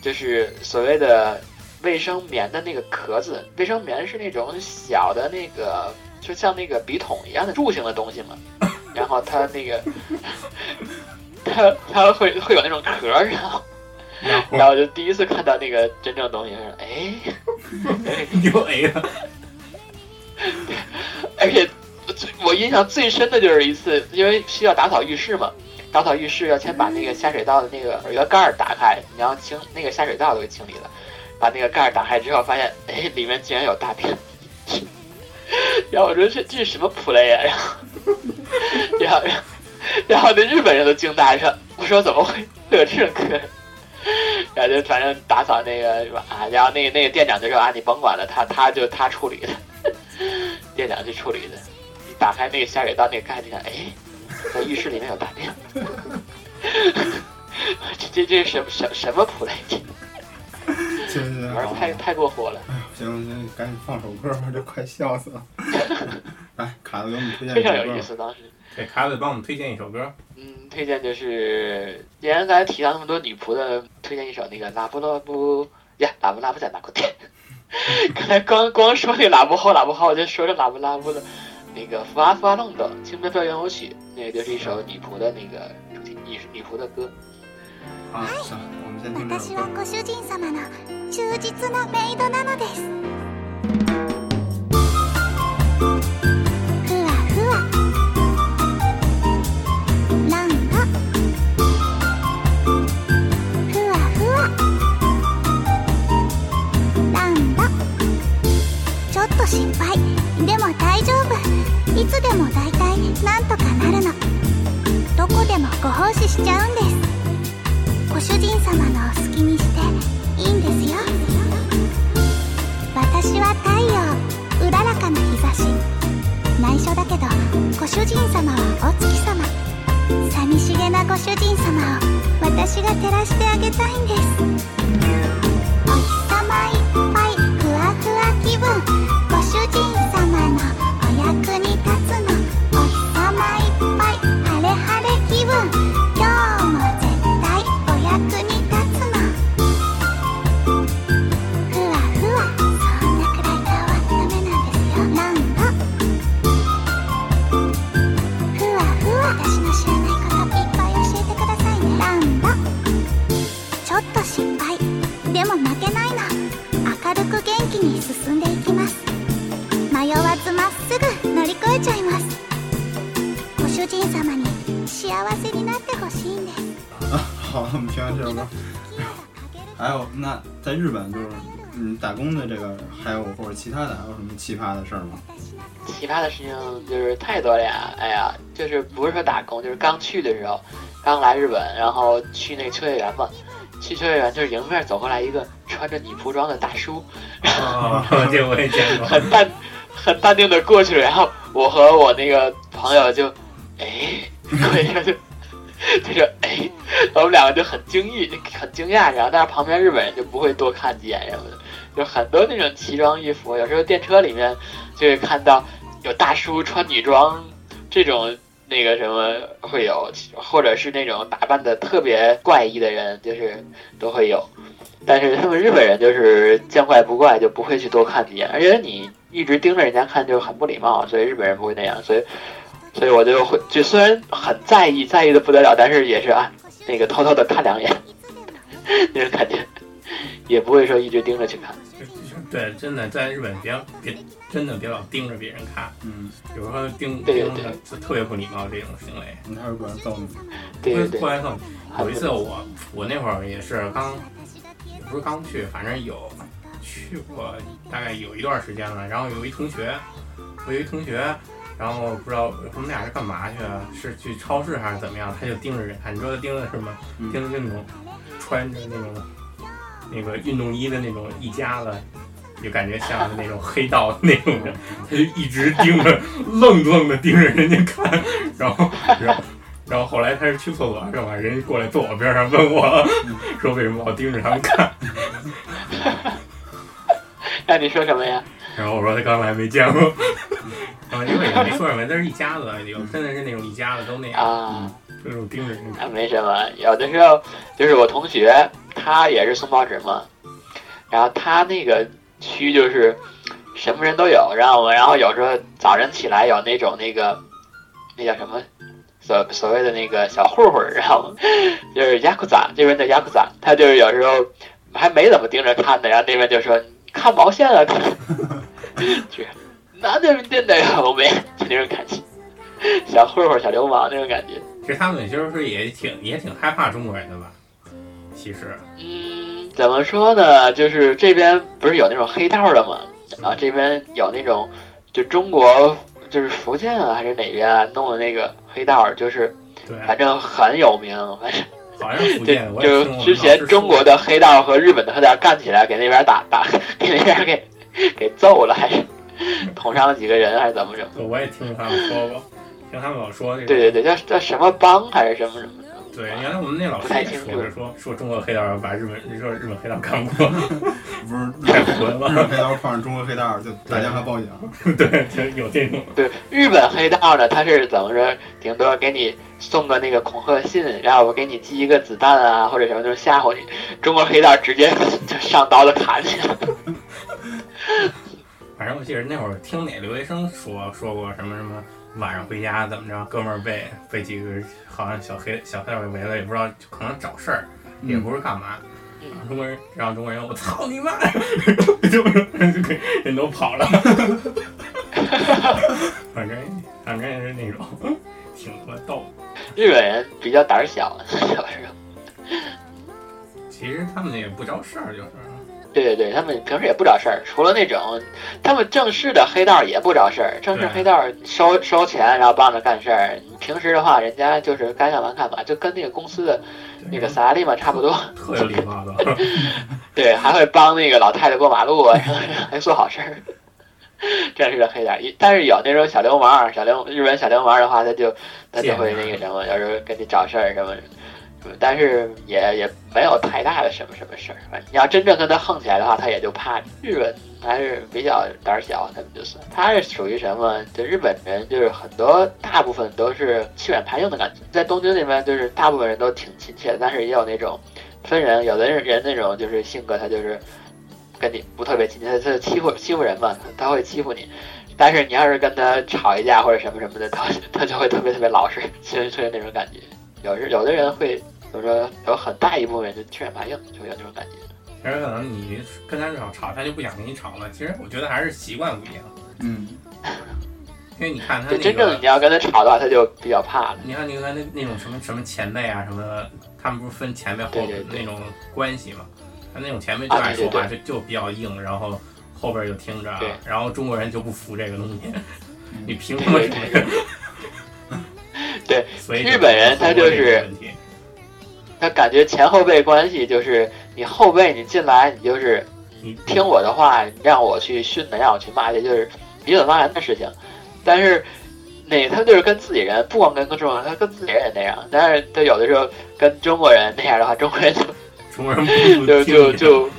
Speaker 4: 就是所谓的卫生棉的那个壳子，卫生棉是那种小的那个就像那个笔筒一样的柱形的东西嘛，然后它那个，它它会会有那种壳儿，然后
Speaker 3: 然后
Speaker 4: 然后我就第一次看到那个真正的东西，我说哎，
Speaker 3: 你就哎 A 了。
Speaker 4: 而且最我印象最深的就是一次，因为需要打扫浴室嘛，打扫浴室要先把那个下水道的那个有一个盖儿打开，你要清那个下水道都给清理了，把那个盖儿打开之后，发现哎里面竟然有大便， 然后我说这这是什么 play 呀、 然后然后然后然后那日本人都惊呆了，我说怎么会会有这种客人？然后就反正打扫那个什么啊，然后那个那个店长就说啊，你甭管了，他他就他处理的，店长去处理的，打开那个下水道那个盖子看，哎，在浴室里面有大便。这这这是什么什什么谱来着？
Speaker 2: 行行
Speaker 4: 玩儿
Speaker 2: 好
Speaker 4: 太太过火了，
Speaker 2: 行行，赶紧放首歌吧，这快笑死了。 来，卡子给我们推荐
Speaker 4: 非
Speaker 2: 一首
Speaker 4: 常有意
Speaker 2: 歌
Speaker 4: 思。当时，
Speaker 3: 对，卡子帮我们推荐一首歌，
Speaker 4: 嗯，推荐就是，既然刚才提到那么多女仆的，推荐一首那个拉布拉布呀，拉布拉布在哪个店？刚才光光说那个拉布后拉布后，我就说成拉布拉布的那个《发发弄的《清代表圆舞曲》，那个就是一首女仆的那个主题，女女仆的歌。
Speaker 2: 啊，行，我们先听这首
Speaker 5: 私
Speaker 2: 歌
Speaker 5: は。ご主人様の忠実なメイドなのですふわふわランラふわふわランラちょっと心配でも大丈夫いつでも大体なんとかなるのどこでもご奉仕しちゃうんですご主人様のお好きにしていいんですよ私は太陽うららかな日差し内緒だけどご主人様はお月様寂しげなご主人様を私が照らしてあげたいんですお日様いっぱいふわふわ気分ご主人様のお役に立つのお日様いっぱい晴れ晴れ気分今日も絶対お役に立つのふわふわそんなくらいがダメなんですよなんのふわふわ私の知らないこといっぱい教えてくださいねなんのちょっと心配でも負けないの明るく元気に進んでいきます迷わずまっすぐ乗り越えちゃいますご主人様に幸せになってほしいんです
Speaker 2: 啊，好了，我们听完这首歌。还有，那在日本就是嗯打工的这个，还有或者其他的还有什么奇葩的事儿吗？
Speaker 4: 奇葩的事情就是太多了呀！哎呀，就是不是说打工，就是刚去的时候，刚来日本，然后去那个秋叶原嘛，去秋叶原就是迎面走过来一个穿着女仆装的大叔，
Speaker 3: 哦， 这我也见过。
Speaker 4: 很淡 很淡定的过去，然后我和我那个朋友就，哎，过一下就。 就是哎，我们两个就很惊异，很惊讶，然后但是旁边日本人就不会多看几眼什么的，就很多那种奇装异服，有时候电车里面就会看到有大叔穿女装这种那个什么会有，或者是那种打扮的特别怪异的人，就是都会有。但是他们日本人就是见怪不怪，就不会去多看几眼，而且你一直盯着人家看就很不礼貌，所以日本人不会那样，所以，所以我就会就虽然很在意，在意的不得了，但是也是啊，那个偷偷的看两眼， 那种感觉，也不会说一直盯着去看。
Speaker 3: 对，真的在日本别别真的别老盯着别人看，
Speaker 2: 嗯，
Speaker 3: 有时候盯
Speaker 4: 对
Speaker 3: 盯
Speaker 4: 对
Speaker 3: 着就特别不礼貌这种行为。
Speaker 2: 你还是管揍 你。
Speaker 4: 对对
Speaker 3: 后
Speaker 4: 对，
Speaker 3: 来更有一次我我那会儿也是刚也不是刚去，反正有去过大概有一段时间了。然后有一同学，我有一同学，然后不知道我们俩是干嘛去，了，是去超市还是怎么样，他就盯着人看。你知道他盯着什么？
Speaker 2: 嗯
Speaker 3: 盯着那种穿着那种那个运动衣的那种一家子。就感觉像那种黑道的那种人，他就一直盯着，愣愣的盯着人家看，然后，然后，然后后来他是去厕所是吧？人家过来坐我边上问我，说为什么老盯着他们看？
Speaker 4: 那你说什么呀？
Speaker 3: 然后我说他刚来没见 过，然后啊因为也没说什么，但是一家子有真的是那种一家子都那样，
Speaker 4: 啊。
Speaker 3: 那种盯着人看。
Speaker 4: 啊，没什么，有的时候就是我同学，他也是送报纸嘛，然后他那个区就是什么人都有，然后我然后有时候早晨起来有那种那个那叫什么所所谓的那个小混混儿，知道吗？就是雅库扎这边的雅库扎，他就是有时候还没怎么盯着看呢，然后那边就说你看毛线 啊，就是哪那边的呀，我没就那种感觉，小混混儿小流氓那种感觉。
Speaker 3: 其实他们就是也挺也挺害怕中国人的吧？其实，
Speaker 4: 嗯，怎么说呢？就是这边不是有那种黑道的嘛，然后这边有那种，就中国就是福建啊还是哪边啊弄的那个黑道，就是
Speaker 3: 对，
Speaker 4: 反正很有名。反正
Speaker 3: 好像是福建，我也
Speaker 4: 哎就
Speaker 3: 听我们
Speaker 4: 之前中国
Speaker 3: 的
Speaker 4: 的 黑道和日本的黑道干起来，给那边打打，给那边给给揍了，还是捅伤了几个人还是怎么着？
Speaker 3: 对我也听他们说过，听他们老说这个。
Speaker 4: 对对对，叫叫什么帮还是什么什么的？
Speaker 3: 对，原来我们那老师
Speaker 4: 不太
Speaker 3: 也
Speaker 4: 清楚
Speaker 3: 说着说说中国黑道把日本说日本黑道干过，
Speaker 2: 不是
Speaker 3: 太混
Speaker 2: 日
Speaker 3: 了
Speaker 2: 本。黑道碰上中国黑道就打电话报警，
Speaker 3: 对，就有这种。
Speaker 4: 对，日本黑道呢，他是怎么说？顶多给你送个那个恐吓信，然后我给你寄一个子弹啊，或者什么，就是吓唬你。中国黑道直接就上刀子砍你。
Speaker 3: 反正我记得那会儿听哪留学生说说过什么什么，晚上回家怎么着，哥们儿被被几个好像小黑小黑道给围了，也不知道就可能找事儿，也不是干嘛。
Speaker 4: 嗯
Speaker 3: 然后中国人让中国人，我操你妈！ 就就给人都跑了。 反正反正也是那种挺他妈逗。
Speaker 4: 日本人比较胆儿小，小时候。
Speaker 3: 其实他们也不招事儿，就是
Speaker 4: 对对对，他们平时也不找事儿，除了那种他们正式的黑道也不找事儿，正式
Speaker 3: 对
Speaker 4: 黑道收收钱然后帮着干事儿。平时的话，人家就是该干嘛干嘛，就跟那个公司的那个萨拉利嘛差不多。
Speaker 3: 特有礼貌的。
Speaker 4: 对，还会帮那个老太太过马路啊，然 后还做好事儿。正式的黑点，但是有那种小流氓，小流日本小流氓的话，他就他就会那个什么，有时候给你找事儿什么，嗯但是也也没有太大的什么什么事儿。反正你要真正跟他横起来的话，他也就怕你。日本还是比较胆儿小，他们就算他是属于什么？就日本人就是很多大部分都是欺软怕硬的感觉，在东京那边就是大部分人都挺亲切的，但是也有那种分人，有的人人那种就是性格他就是跟你不特别亲切，他他欺负欺负人嘛，他他会欺负你。但是你要是跟他吵一架或者什么什么的，他他就会特别特别老实，就是就是那种感觉。有时有的人会怎么说，有很大一部分人就欺软怕硬，就会有这种感觉。
Speaker 3: 其实可能你跟他吵吵，他就不想跟你吵了。其实我觉得还是习惯不一样，
Speaker 2: 嗯，
Speaker 3: 因为你看他
Speaker 4: 就
Speaker 3: 那
Speaker 4: 真正
Speaker 3: 个
Speaker 4: 你，要跟他吵的话，他就比较怕了。
Speaker 3: 你看你看那那种什么什么前辈啊什么的，他们不是分前辈后
Speaker 4: 对
Speaker 3: 辈
Speaker 4: 对对
Speaker 3: 那种关系嘛？他那种前辈就
Speaker 4: 啊
Speaker 3: 爱说话，
Speaker 4: 对
Speaker 3: 就就比较硬，然后后边就听着啊
Speaker 4: 对，嗯
Speaker 3: 然后中国人就不服这个东西， 你凭什么
Speaker 4: 对？对对对，
Speaker 3: 所以
Speaker 4: 日本人他就是
Speaker 3: 中国人有问题
Speaker 4: 他感觉前后辈关系就是你后辈你进来你就是
Speaker 3: 你
Speaker 4: 听我的话，你让我去训的，让我去骂去，就是理所当然的事情。但是那他就是跟自己人，不光跟中国人，他跟自己人也那样。但是他有的时候跟中国人那样的话，中国人就
Speaker 3: 中国人不不
Speaker 4: 就就
Speaker 3: 听你的。
Speaker 4: 就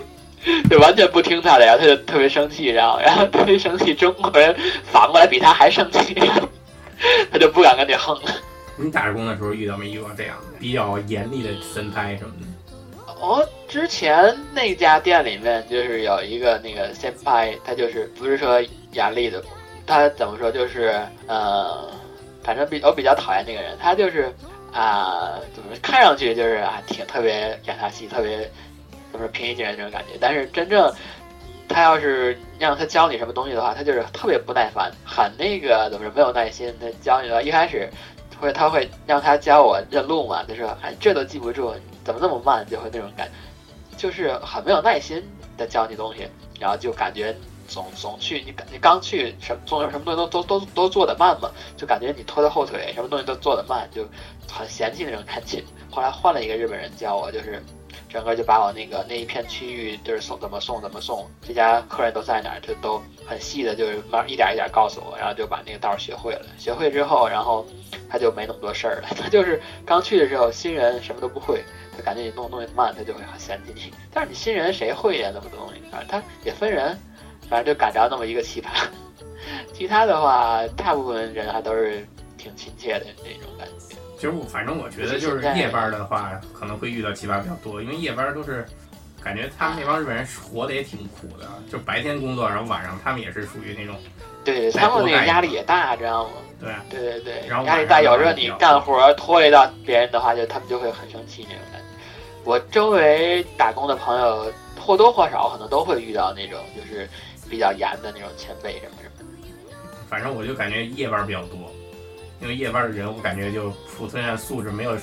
Speaker 4: 就完全不听他的，然后他就特别生气，然后然后特别生气，中国人反过来比他还生气，他就不敢跟你横了。
Speaker 3: 你打着工的时候遇到没遇到这样的比较严厉的神拍什么的？
Speaker 4: 我哦之前那家店里面就是有一个那个先拍，他就是不是说严厉的，他怎么说就是呃，反正比我比较讨厌那个人，他就是啊、怎么说看上去就是啊挺特别演他戏，特别怎么说平易近人那种感觉，但是真正他要是让他教你什么东西的话，他就是特别不耐烦，很那个怎么说没有耐心。他教你的话一开始会他会让他教我认路嘛，就说哎这都记不住，你怎么那么慢，就会那种感觉，就是很没有耐心的教你东西，然后就感觉总总去你你刚去什么做什么东西都都都都做得慢嘛，就感觉你拖着后腿，什么东西都做得慢，就很嫌弃那种感觉。后来换了一个日本人教我，就是整个就把我那个那一片区域就是送怎么送怎么送，这家客人都在哪儿，就都很细的，就是慢慢一点一点告诉我，然后就把那个道儿学会了。学会之后，然后他就没那么多事儿了。 他就是刚去的时候，新人什么都不会，他感觉你弄东西慢，他就会很嫌弃你。但是你新人谁会呀那么多东西？反正他也分人，反正就赶着那么一个奇葩。 其他的话，大部分人还都是挺亲切的那种感觉。
Speaker 3: 其实我反正我觉得就是夜班的话，可能会遇到奇葩比较多，因为夜班都是感觉他们那帮日本人活得也挺苦的，就白天工作，然后晚上他们也是属于那种
Speaker 4: 对，他们那个压力也大，知道吗？
Speaker 3: 对啊
Speaker 4: 对对对，
Speaker 3: 然后
Speaker 4: 压力大。
Speaker 3: 晚上
Speaker 4: 有时候你干活拖累到别人的话，就他们就会很生气那种感觉。我周围打工的朋友或多或少可能都会遇到那种就是比较严的那种前辈什么什么的。
Speaker 3: 反正我就感觉夜班比较多，因为夜班的人我感觉就普通人素质没有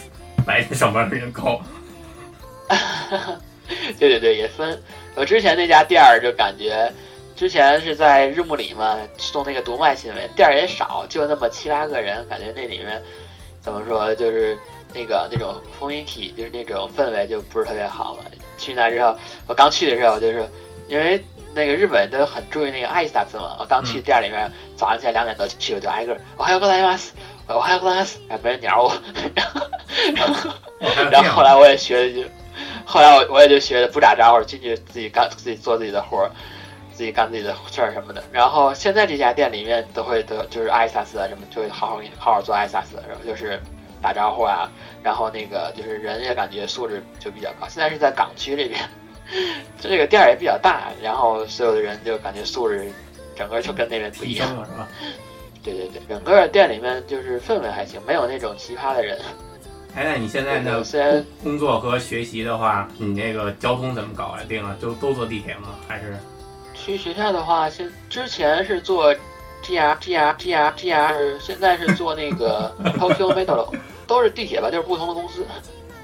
Speaker 3: 白天上班的人高。
Speaker 4: 对对对，也分。我之前那家店儿就感觉，之前是在日暮里嘛，送那个读卖新闻，店儿也少，就那么七八个人，感觉那里面怎么说，就是那个那种风云体，就是那种氛围就不是特别好了。去那之后，我刚去的时候就是因为那个日本都很注意那个爱达斯嘛。我刚去店里面，早上起来两点多去，我就挨个儿“おはようございます”，“おはようございます”，哎，没人鸟我。然后，然后，然哦后后来我也学了一句，后来我我也就学的不打招呼，进去自己干自己做自己的活儿，自己干自己的事儿什么的。然后现在这家店里面都会都就是爱萨斯啊什么，就会好好给你好好做爱萨斯，然后就是打招呼啊，然后那个就是人也感觉素质就比较高。现在是在港区这边， 这个店儿也比较大，然后所有的人就感觉素质整个就跟那边不一样。
Speaker 3: 是吧？
Speaker 4: 对对对，整个店里面就是氛围还行，没有那种奇葩的人。
Speaker 3: 哎，那你现在
Speaker 4: 对
Speaker 3: 的
Speaker 4: 虽然
Speaker 3: 工作和学习的话，你那个交通怎么搞来定了？就都坐地铁吗？还是
Speaker 4: 去学校的话，现之前是做 G R G R G R G R，现在是做那 个 Tokyo Metro，都是地铁吧，就是不同的公司。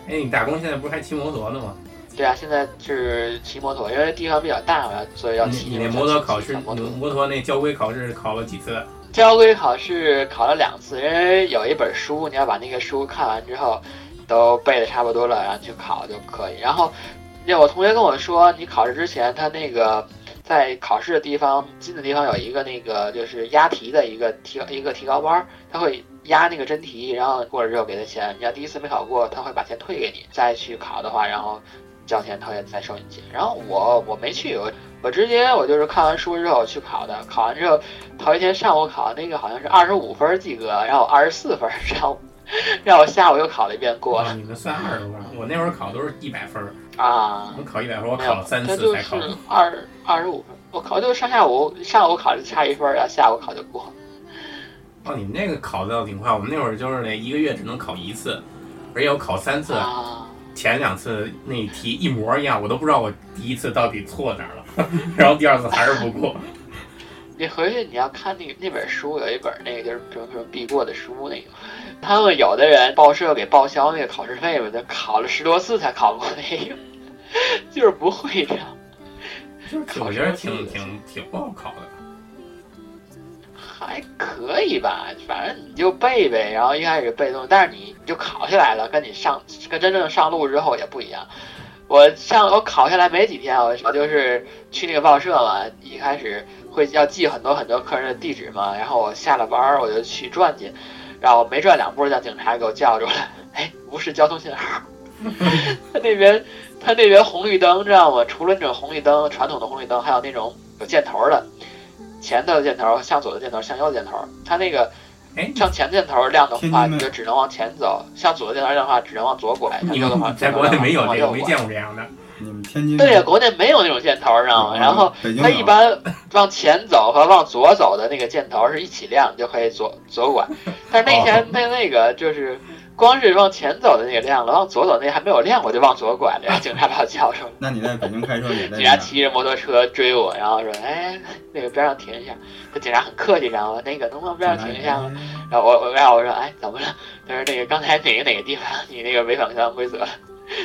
Speaker 3: 哎，你打工现在不是还骑摩托呢吗？
Speaker 4: 对啊，现在是骑摩托，因为地方比较大嘛，所以要骑
Speaker 3: 你你那
Speaker 4: 骑
Speaker 3: 摩托考试，
Speaker 4: 骑
Speaker 3: 你
Speaker 4: 摩托
Speaker 3: 摩托那交规考试考了几次？
Speaker 4: 交规考试考了两次，因为有一本书，你要把那个书看完之后，都背的差不多了，然后去考就可以。然后，那我同学跟我说，你考试之前，他那个在考试的地方近的地方有一个那个就是押题的一个提一个提高弯儿，他会压那个真题，然后过了之后给他钱。你要第一次没考过，他会把钱退给你。再去考的话，然后交钱，他会再收你钱。然后我我没去，我我直接我就是看完书之后去考的，考完之后。头一天上午考那个好像是二十五分及格，然后二十四分上午， 让我下午又考了一遍过
Speaker 3: 哦你们算二十多分，我那会儿考都是一百分儿，
Speaker 4: 啊
Speaker 3: 我。考一百分儿，我
Speaker 4: 没
Speaker 3: 考
Speaker 4: 有
Speaker 3: 了，三
Speaker 4: 这
Speaker 3: 次
Speaker 4: 就
Speaker 3: 才
Speaker 4: 是
Speaker 3: 考过。
Speaker 4: 二二十五分，我考就上下午，上午考就差一分，然后下午考就过。
Speaker 3: 哦，你们那个考的倒挺快，我们那会儿就是那一个月只能考一次，而且我考三次，
Speaker 4: 啊，
Speaker 3: 前两次那题一模一样，我都不知道我第一次到底错哪儿了， 然后第二次还是不 过。
Speaker 4: 你回去你要看那那本书，有一本那个就是什么什么必过的书那个，他们有的人报社给报销那个考试费嘛，就考了十多次才考过那个， 就是不会这样。
Speaker 3: 就是我觉得挺挺挺不好考的。
Speaker 4: 还可以吧，反正你就背呗，然后一开始背诵，但是你就考下来了，跟你上跟真正上路之后也不一样。我上我考下来没几天，我我就是去那个报社嘛，一开始会要记很多很多客人的地址嘛，然后我下了班儿我就去转去，然后没转两步，让警察给我叫住来，哎，无视交通信号。他那边他那边红绿灯知道吗？除了那种红绿灯传统的红绿灯，还有那种有箭头的，前头的箭头，向左的箭头，向右的箭头。他那个
Speaker 3: 哎，
Speaker 4: 向前的箭头亮的
Speaker 2: 天
Speaker 4: 话，
Speaker 2: 津
Speaker 4: 你
Speaker 2: 的
Speaker 4: 就只能往前走；向左的箭头亮的话，只能往左拐。向
Speaker 3: 你
Speaker 4: 右的话，
Speaker 3: 们嗯 在
Speaker 4: 只能
Speaker 3: 国内没有
Speaker 4: 往
Speaker 3: 这个，
Speaker 4: 右
Speaker 3: 我没
Speaker 4: 拐
Speaker 3: 见过这样的。
Speaker 2: 你们天津
Speaker 4: 对呀，国内没有那种箭头，知道吗？
Speaker 2: 嗯
Speaker 4: 然后
Speaker 2: 北京
Speaker 4: 它
Speaker 2: 有
Speaker 4: 一般往前走和往左走的那个箭头是一起亮，你就可以左左 拐。但是那
Speaker 3: 哦
Speaker 4: 天那那个就是光是往前走的那个亮了，往左走那个还没有亮，我就往左拐了，然后警察把我叫住了。
Speaker 2: 那你在北京开车也在
Speaker 4: 警察
Speaker 2: 这
Speaker 4: 骑着摩托车追我，然后说：“哎，那个边上停一下。”这警察很客气，然后那个能不能边
Speaker 2: 样，
Speaker 4: 上停一下吗？然后我我然后我说：“哎，怎么了？”他说：“那个刚才哪个哪个地方你那个违反交通规则了，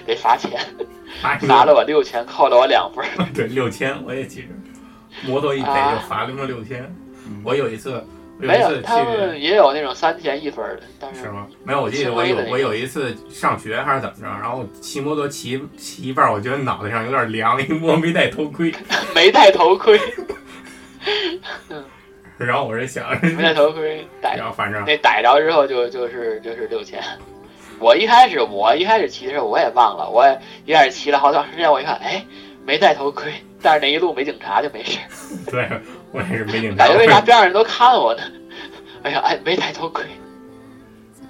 Speaker 4: 得罚钱，
Speaker 3: 罚
Speaker 4: 罚了我六千，扣了我两分。”
Speaker 3: 对，六千我也记着，摩托一逮就罚他妈六千。
Speaker 2: 嗯
Speaker 3: 我有一次，我有
Speaker 4: 啊没
Speaker 3: 一
Speaker 4: 有，
Speaker 3: 次
Speaker 4: 他
Speaker 3: 去
Speaker 4: 们也有那种三钱一分儿的，但
Speaker 3: 是
Speaker 4: 是
Speaker 3: 吗？没有，我记得
Speaker 4: 轻
Speaker 3: 我
Speaker 4: 微
Speaker 3: 有
Speaker 4: 的那
Speaker 3: 我有一次上学还是怎么着，然后骑摩托骑骑一半，我觉得脑袋上有点凉，一摸没戴头盔，
Speaker 4: 没戴头盔，
Speaker 3: 然后我是想，
Speaker 4: 没戴头盔逮
Speaker 3: 然后反正
Speaker 4: 那逮着之后就就是就是六千。我一开始我一开始骑的时候我也忘了，我也一开始骑了好长时间，我一看哎没戴头盔，但是那一路没警察就没事儿，
Speaker 3: 对我也是没警察
Speaker 4: 感觉，为啥边上人都看我呢？ 哎呀哎没戴头盔，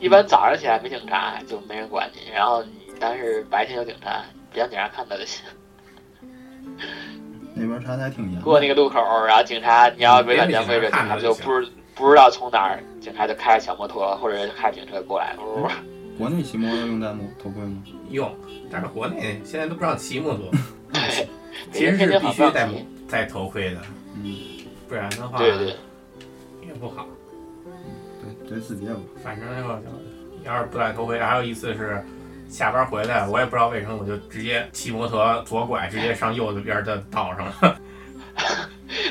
Speaker 4: 一般早上起来没警察就没人管你，然后你但是白天有警察，别让警察看到就行。
Speaker 2: 那边查的还挺严的。
Speaker 4: 过那个路口，然后警察你要违反交规者，警察就不知不知道从哪儿，警察就开着小摩托或者开着警车过来，呜呜。
Speaker 2: 国内骑摩托用戴摩头盔吗？
Speaker 3: 用，但是国内现在都不让骑摩托，
Speaker 4: 对，
Speaker 3: 其实是必须
Speaker 4: 哎北京天津好
Speaker 3: 戴
Speaker 4: 棒
Speaker 3: 戴头盔的，
Speaker 2: 嗯，
Speaker 3: 不然的话
Speaker 4: 对对，
Speaker 3: 也不好。
Speaker 2: 对，对自己也不
Speaker 3: 反正我要是不戴头盔，还有一次是下班回来，我也不知道为什么，我就直接骑摩托左拐，直接上右的边的道上了。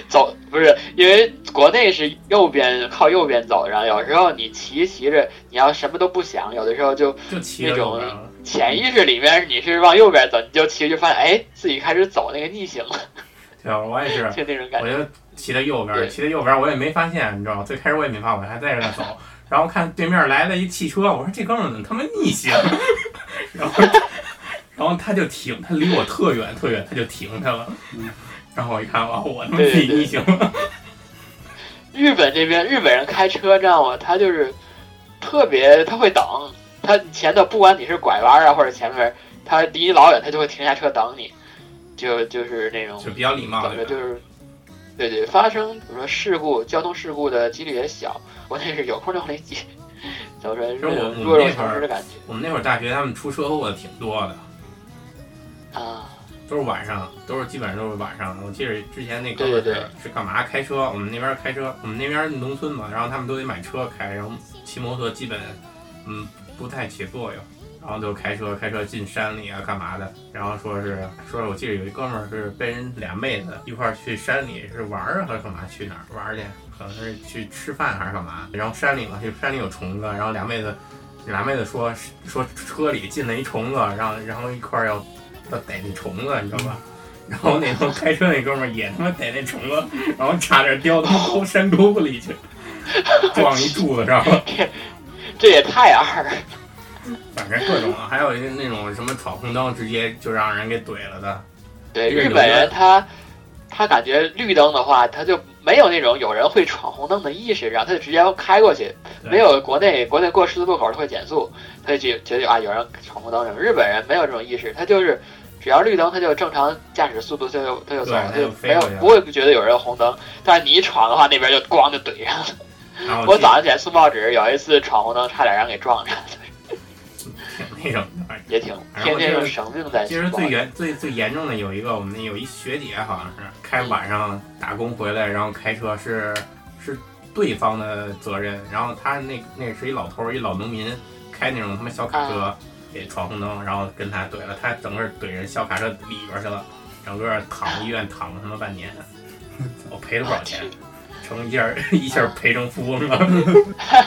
Speaker 4: 走不是因为国内是右边靠右边走，然后有时候你骑骑着，你要什么都不想，有的时候就
Speaker 3: 就骑到右边了。
Speaker 4: 潜意识里面你是往右边走，你就骑就发现哎自己开始走那个逆行了，
Speaker 3: 对吧？我也是，
Speaker 4: 就那种感
Speaker 3: 我
Speaker 4: 觉。
Speaker 3: 就骑在右边，
Speaker 4: 对
Speaker 3: 骑在右边，我也没发现，你知道吗？最开始我也没发现，我还在这儿走，然后看对面来了一汽车，我说这哥们儿怎么他妈逆行？ 然后，然后他就停，他离我特远特远，他就停下了
Speaker 2: 嗯。
Speaker 3: 然后我一看，哇，我他妈
Speaker 4: 对
Speaker 3: 自己
Speaker 4: 对
Speaker 3: 逆行了。
Speaker 4: 日本这边日本人开车，知道吗？他就是特别，他会等，他前头不管你是拐弯啊，或者前面，他离你老远，他就会停下车等你，就就是那种
Speaker 3: 就比较礼貌
Speaker 4: 怎
Speaker 3: 啊的
Speaker 4: 么
Speaker 3: 人，
Speaker 4: 就是，对对，发生比如说事故、交通事故的几率也小，我那是有空就往里挤，怎么说
Speaker 3: 是我
Speaker 4: 弱
Speaker 3: 我
Speaker 4: 弱肉
Speaker 3: 那会
Speaker 4: 强
Speaker 3: 儿
Speaker 4: 食的感觉
Speaker 3: 我们那会儿大学他们出车祸的挺多的，
Speaker 4: 啊，
Speaker 3: 都是晚上，都是基本上都是晚上。我记得之前那哥
Speaker 4: 对
Speaker 3: 们儿
Speaker 4: 对
Speaker 3: 是是干嘛开车？我们那边开车，我们那边农村嘛，然后他们都得买车开，然后骑摩托基本嗯不太起作用，然后就开车开车进山里啊干嘛的。然后说是说是我记得有一哥们儿是被人俩妹子一块儿去山里是玩儿啊还是干嘛去哪儿玩儿去，可能是去吃饭还是干嘛。然后山里嘛，就山里有虫子，然后俩妹子俩妹子说说车里进了一虫子，然后然后一块儿要要逮那虫子，你知道吧？然后那个开车那哥们儿也他妈逮那虫子，然后差点掉他妈沟山沟子里去，撞一柱子上了。
Speaker 4: 这也太二了，
Speaker 3: 反正各种啊，还有一个那种什么闯红灯直接就让人给怼了的。
Speaker 4: 对
Speaker 3: 日
Speaker 4: 日
Speaker 3: 本
Speaker 4: 本
Speaker 3: 人
Speaker 4: 人他他感觉绿灯的话，他就没有那种有人会闯红灯的意识，然后他就直接开过去，
Speaker 3: 对
Speaker 4: 没有国内国内过十字路口他会减速，他就觉觉得啊有人闯红灯什么。日本人没有这种意识，他就是只要绿灯他就正常驾驶速度他就他就走
Speaker 3: 对
Speaker 4: 了，
Speaker 3: 他
Speaker 4: 他
Speaker 3: 就
Speaker 4: 就
Speaker 3: 飞
Speaker 4: 没有
Speaker 3: 过去了
Speaker 4: 不会觉得有人红灯。但是你一闯的话，那边就咣就怼上了。
Speaker 3: 然后
Speaker 4: 我
Speaker 3: 记
Speaker 4: 早上起来送报纸，有一次闯红灯差点让给撞上，
Speaker 3: 挺那什么的。
Speaker 4: 也挺
Speaker 3: 哎
Speaker 4: 天
Speaker 3: 我
Speaker 4: 天
Speaker 3: 记得
Speaker 4: 用生命在
Speaker 3: 其实
Speaker 4: 不好
Speaker 3: 最严最最严重的有一个，我们那有一学姐好像是开晚上打工回来，然后开车是是对方的责任，然后他那那是一老头儿，一老农民开那种他妈小卡车给闯红灯，然后跟他怼了，他整个怼人小卡车里边去了，整个躺医院躺了他妈半年，我赔了不少钱， 成一下一下赔成富翁了。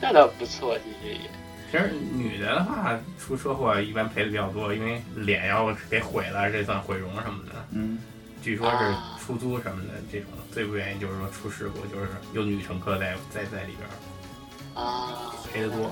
Speaker 4: 那倒不错，其实也。
Speaker 3: 其实女的的话，出车祸一般赔的比较多，因为脸要给毁了，这算毁容什么的。
Speaker 2: 嗯，
Speaker 3: 据说是出租什么的这种，最不愿意就是说出事故，就是有女乘客在在在里边儿。
Speaker 4: 啊，
Speaker 3: 赔得多。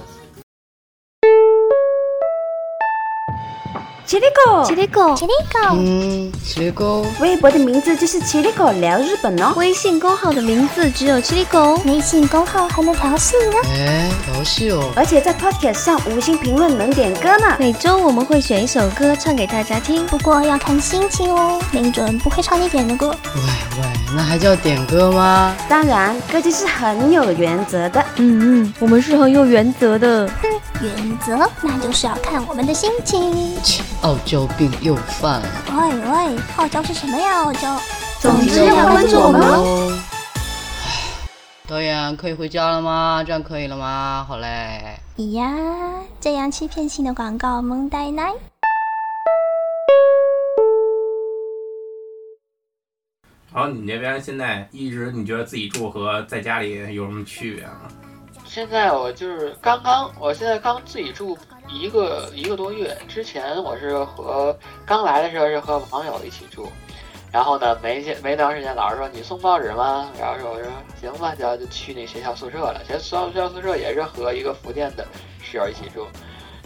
Speaker 6: 奇力狗
Speaker 5: チ，リコ，チリコ，
Speaker 7: 嗯，学狗，
Speaker 6: 微博的名字就是奇力狗聊日本哦。
Speaker 5: 微信公号的名字只有哦チリコ，微信公号还能调戏呢。
Speaker 7: 哎，游戏哦。
Speaker 6: 而且在 Podcast 上五星评论能点歌呢。
Speaker 5: 每周我们会选一首歌唱给大家听，不过要看心情哦，林准不会唱你点的歌。
Speaker 7: 喂喂，那还叫点歌吗？
Speaker 6: 当然，歌姬是很有原则的。
Speaker 1: 嗯嗯，我们是很有原则的。
Speaker 5: 原则那就是要看我们的心情。
Speaker 7: 切傲娇病又犯了。
Speaker 5: 喂喂，傲娇是什么呀？傲娇。
Speaker 6: 总之要关注我们哦。
Speaker 7: 哦。导演可以回家了吗？这样可以了吗？好嘞。
Speaker 5: 咦呀，这样欺骗性的广告萌呆奶。
Speaker 3: 然后你那边现在一直你觉得自己住和在家里有什么区别吗？
Speaker 4: 现在我就是刚刚，我现在刚自己住一个一个多月。之前我是和刚来的时候是和网友一起住，然后呢没见没多长时间，老师说你送报纸吗？然后说我说行吧，然后就去那学校宿舍了。其实学校学校宿舍也是和一个福建的室友一起住，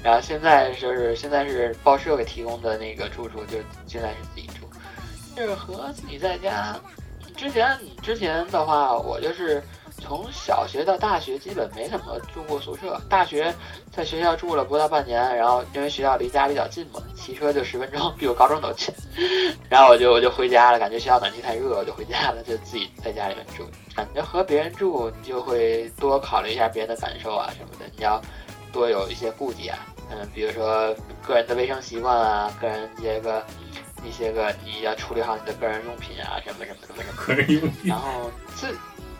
Speaker 4: 然后现在就是现在是报社给提供的那个住处，就现在是自己住，就是和自己在家。之前之前的话，我就是。从小学到大学基本没怎么住过宿舍，大学在学校住了不到半年，然后因为学校离家比较近嘛，骑车就十分钟， 比我高中都近。然后我就我就回家了，感觉学校暖气太热，我就回家了，就自己在家里面住。感觉和别人住，你就会多考虑一下别人的感受啊什么的，你要多有一些顾忌啊，嗯，比如说个人的卫生习惯啊，个人一些个一些个你要处理好你的个人用品啊，什么什么什么什么。
Speaker 3: 个人用品
Speaker 4: 然。后自，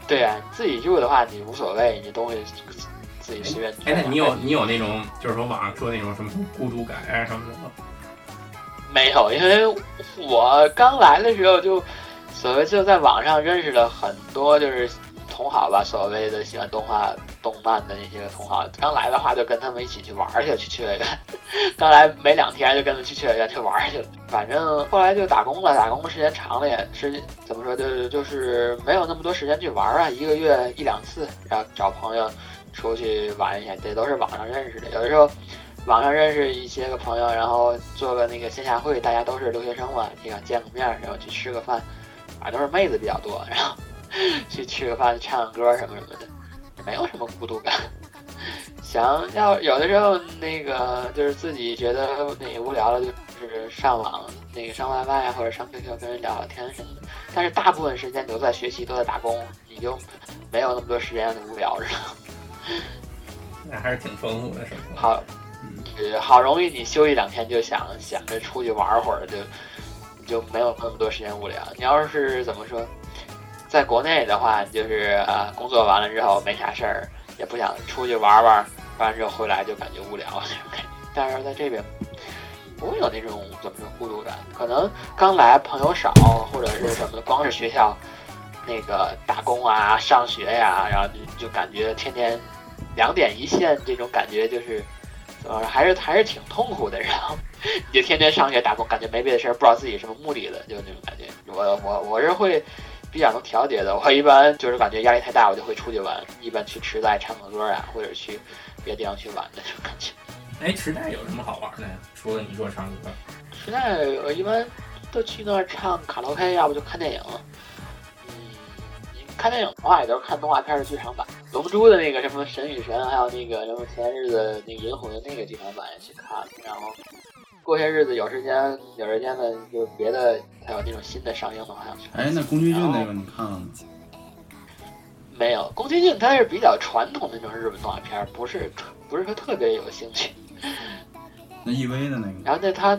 Speaker 4: 对啊，自己住的话你无所谓，你东西自己随便
Speaker 3: 哎，
Speaker 4: 穿
Speaker 3: 那你 有你有那种就是说网上说那种什么孤独感啊什么的吗？
Speaker 4: 没有？因为我刚来的时候就所谓就在网上认识了很多就是同好吧，所谓的喜欢动画、动漫的那些同好，刚来的话就跟他们一起去玩儿去，去趣味园。 刚来没两天就跟他们去趣味园去玩儿去了。反正后来就打工了，打工的时间长了也是怎么说，就是就是没有那么多时间去玩儿啊，一个月一两次，然后找朋友出去玩一下，这都是网上认识的。有的时候网上认识一些个朋友，然后做个那个线下会，大家都是留学生嘛，这个见个面儿，然后去吃个饭，反正都是妹子比较多，然后 去吃个饭、唱唱歌什么什么的，没有什么孤独感。 想要有的时候那个就是自己觉得那个无聊了，就是上网那个上 YY 啊或者上 QQ 跟人聊聊天什么的。但是大部分时间留在学习，都在打工，你就没有那么多时间无聊着了。
Speaker 3: 那还是挺丰富的生活。
Speaker 4: 好，呃，好容易你休息两天就想想着出去玩会儿，就就没有那么多时间无聊。你要是怎么说，在国内的话，你就是呃，工作完了之后没啥事儿，也不想出去玩玩，完了之后回来就感觉无聊那种感觉。但是在这边不会有那种怎么说孤独感，可能刚来朋友少，或者是什么，光是学校那个打工啊、上学呀、然后就就感觉天天两点一线这种感觉就是。呃，还是还是挺痛苦的。然后你就天天上学打工，感觉没别的事儿，不知道自己什么目的了，就那种感觉。我我我是会比较能调节的。我一般就是感觉压力太大，我就会出去玩，一般去池袋唱个歌啊，或者去别的地方去玩的那种感觉。
Speaker 3: 哎，池袋有什么好玩的呀？除了你说唱歌，
Speaker 4: 池袋我呃一般都去那儿唱卡拉 OK，要不就看电影。嗯，你看电影的话也都是看动画片的剧场版，《龙珠》的那个什么《神与神》，还有那个什么前日子那个《银魂》那个剧场版也去看。然后过些日子有时间有时间呢，就别的还有那种新的上映的话，想去看
Speaker 2: 哎，那宫崎骏那个你看了吗？
Speaker 4: 没有，宫崎骏他是比较传统的那种日本动画片，不是不是说特别有兴趣。
Speaker 2: 那 EV 的那个
Speaker 4: 然后那他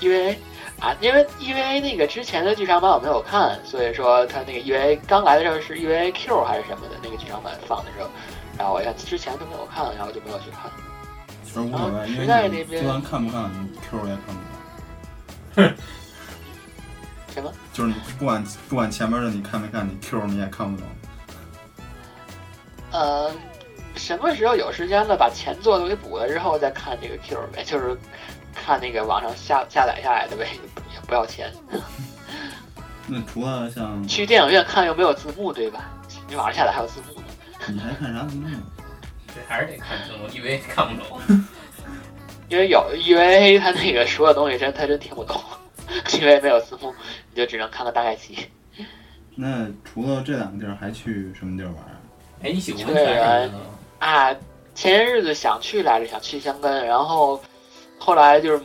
Speaker 4: EVA 啊，因为 EVA 那个之前的剧场版我没有看，所以说他那个 EVA 刚来的时候是 EVA Q 还是什么的那个剧场版放的时候，然后我像之前都没有看，然后就没有去看。
Speaker 2: 其实无所谓，因
Speaker 4: 啊时代
Speaker 2: 为
Speaker 4: 那
Speaker 2: 你
Speaker 4: 边
Speaker 2: 就算看不看你 Q 也看不到，
Speaker 4: 什么？
Speaker 2: 就是你不管不管前面的你看没看，你 Q 你也看不懂。
Speaker 4: 呃，什么时候有时间了，把前作都给补了之后再看这个 Q 呗，就是看那个网上下下载下来的呗，也不要钱。
Speaker 2: 那除了像
Speaker 4: 去电影院看又没有字幕，对吧？你网上下载还有字幕呢。
Speaker 2: 你还看啥东西？
Speaker 3: 这还是得看字幕，因为看不懂。
Speaker 4: 因为有 EVA 他那个说的东西真他真听不懂， 因为没有字幕，你就只能看个大概齐。
Speaker 2: 那除了这两个地儿，还去什么地儿玩啊？
Speaker 3: 哎，你喜欢温泉什么的吗？
Speaker 4: 啊，前些日子想去来着，想去香根，然后后来就是嗯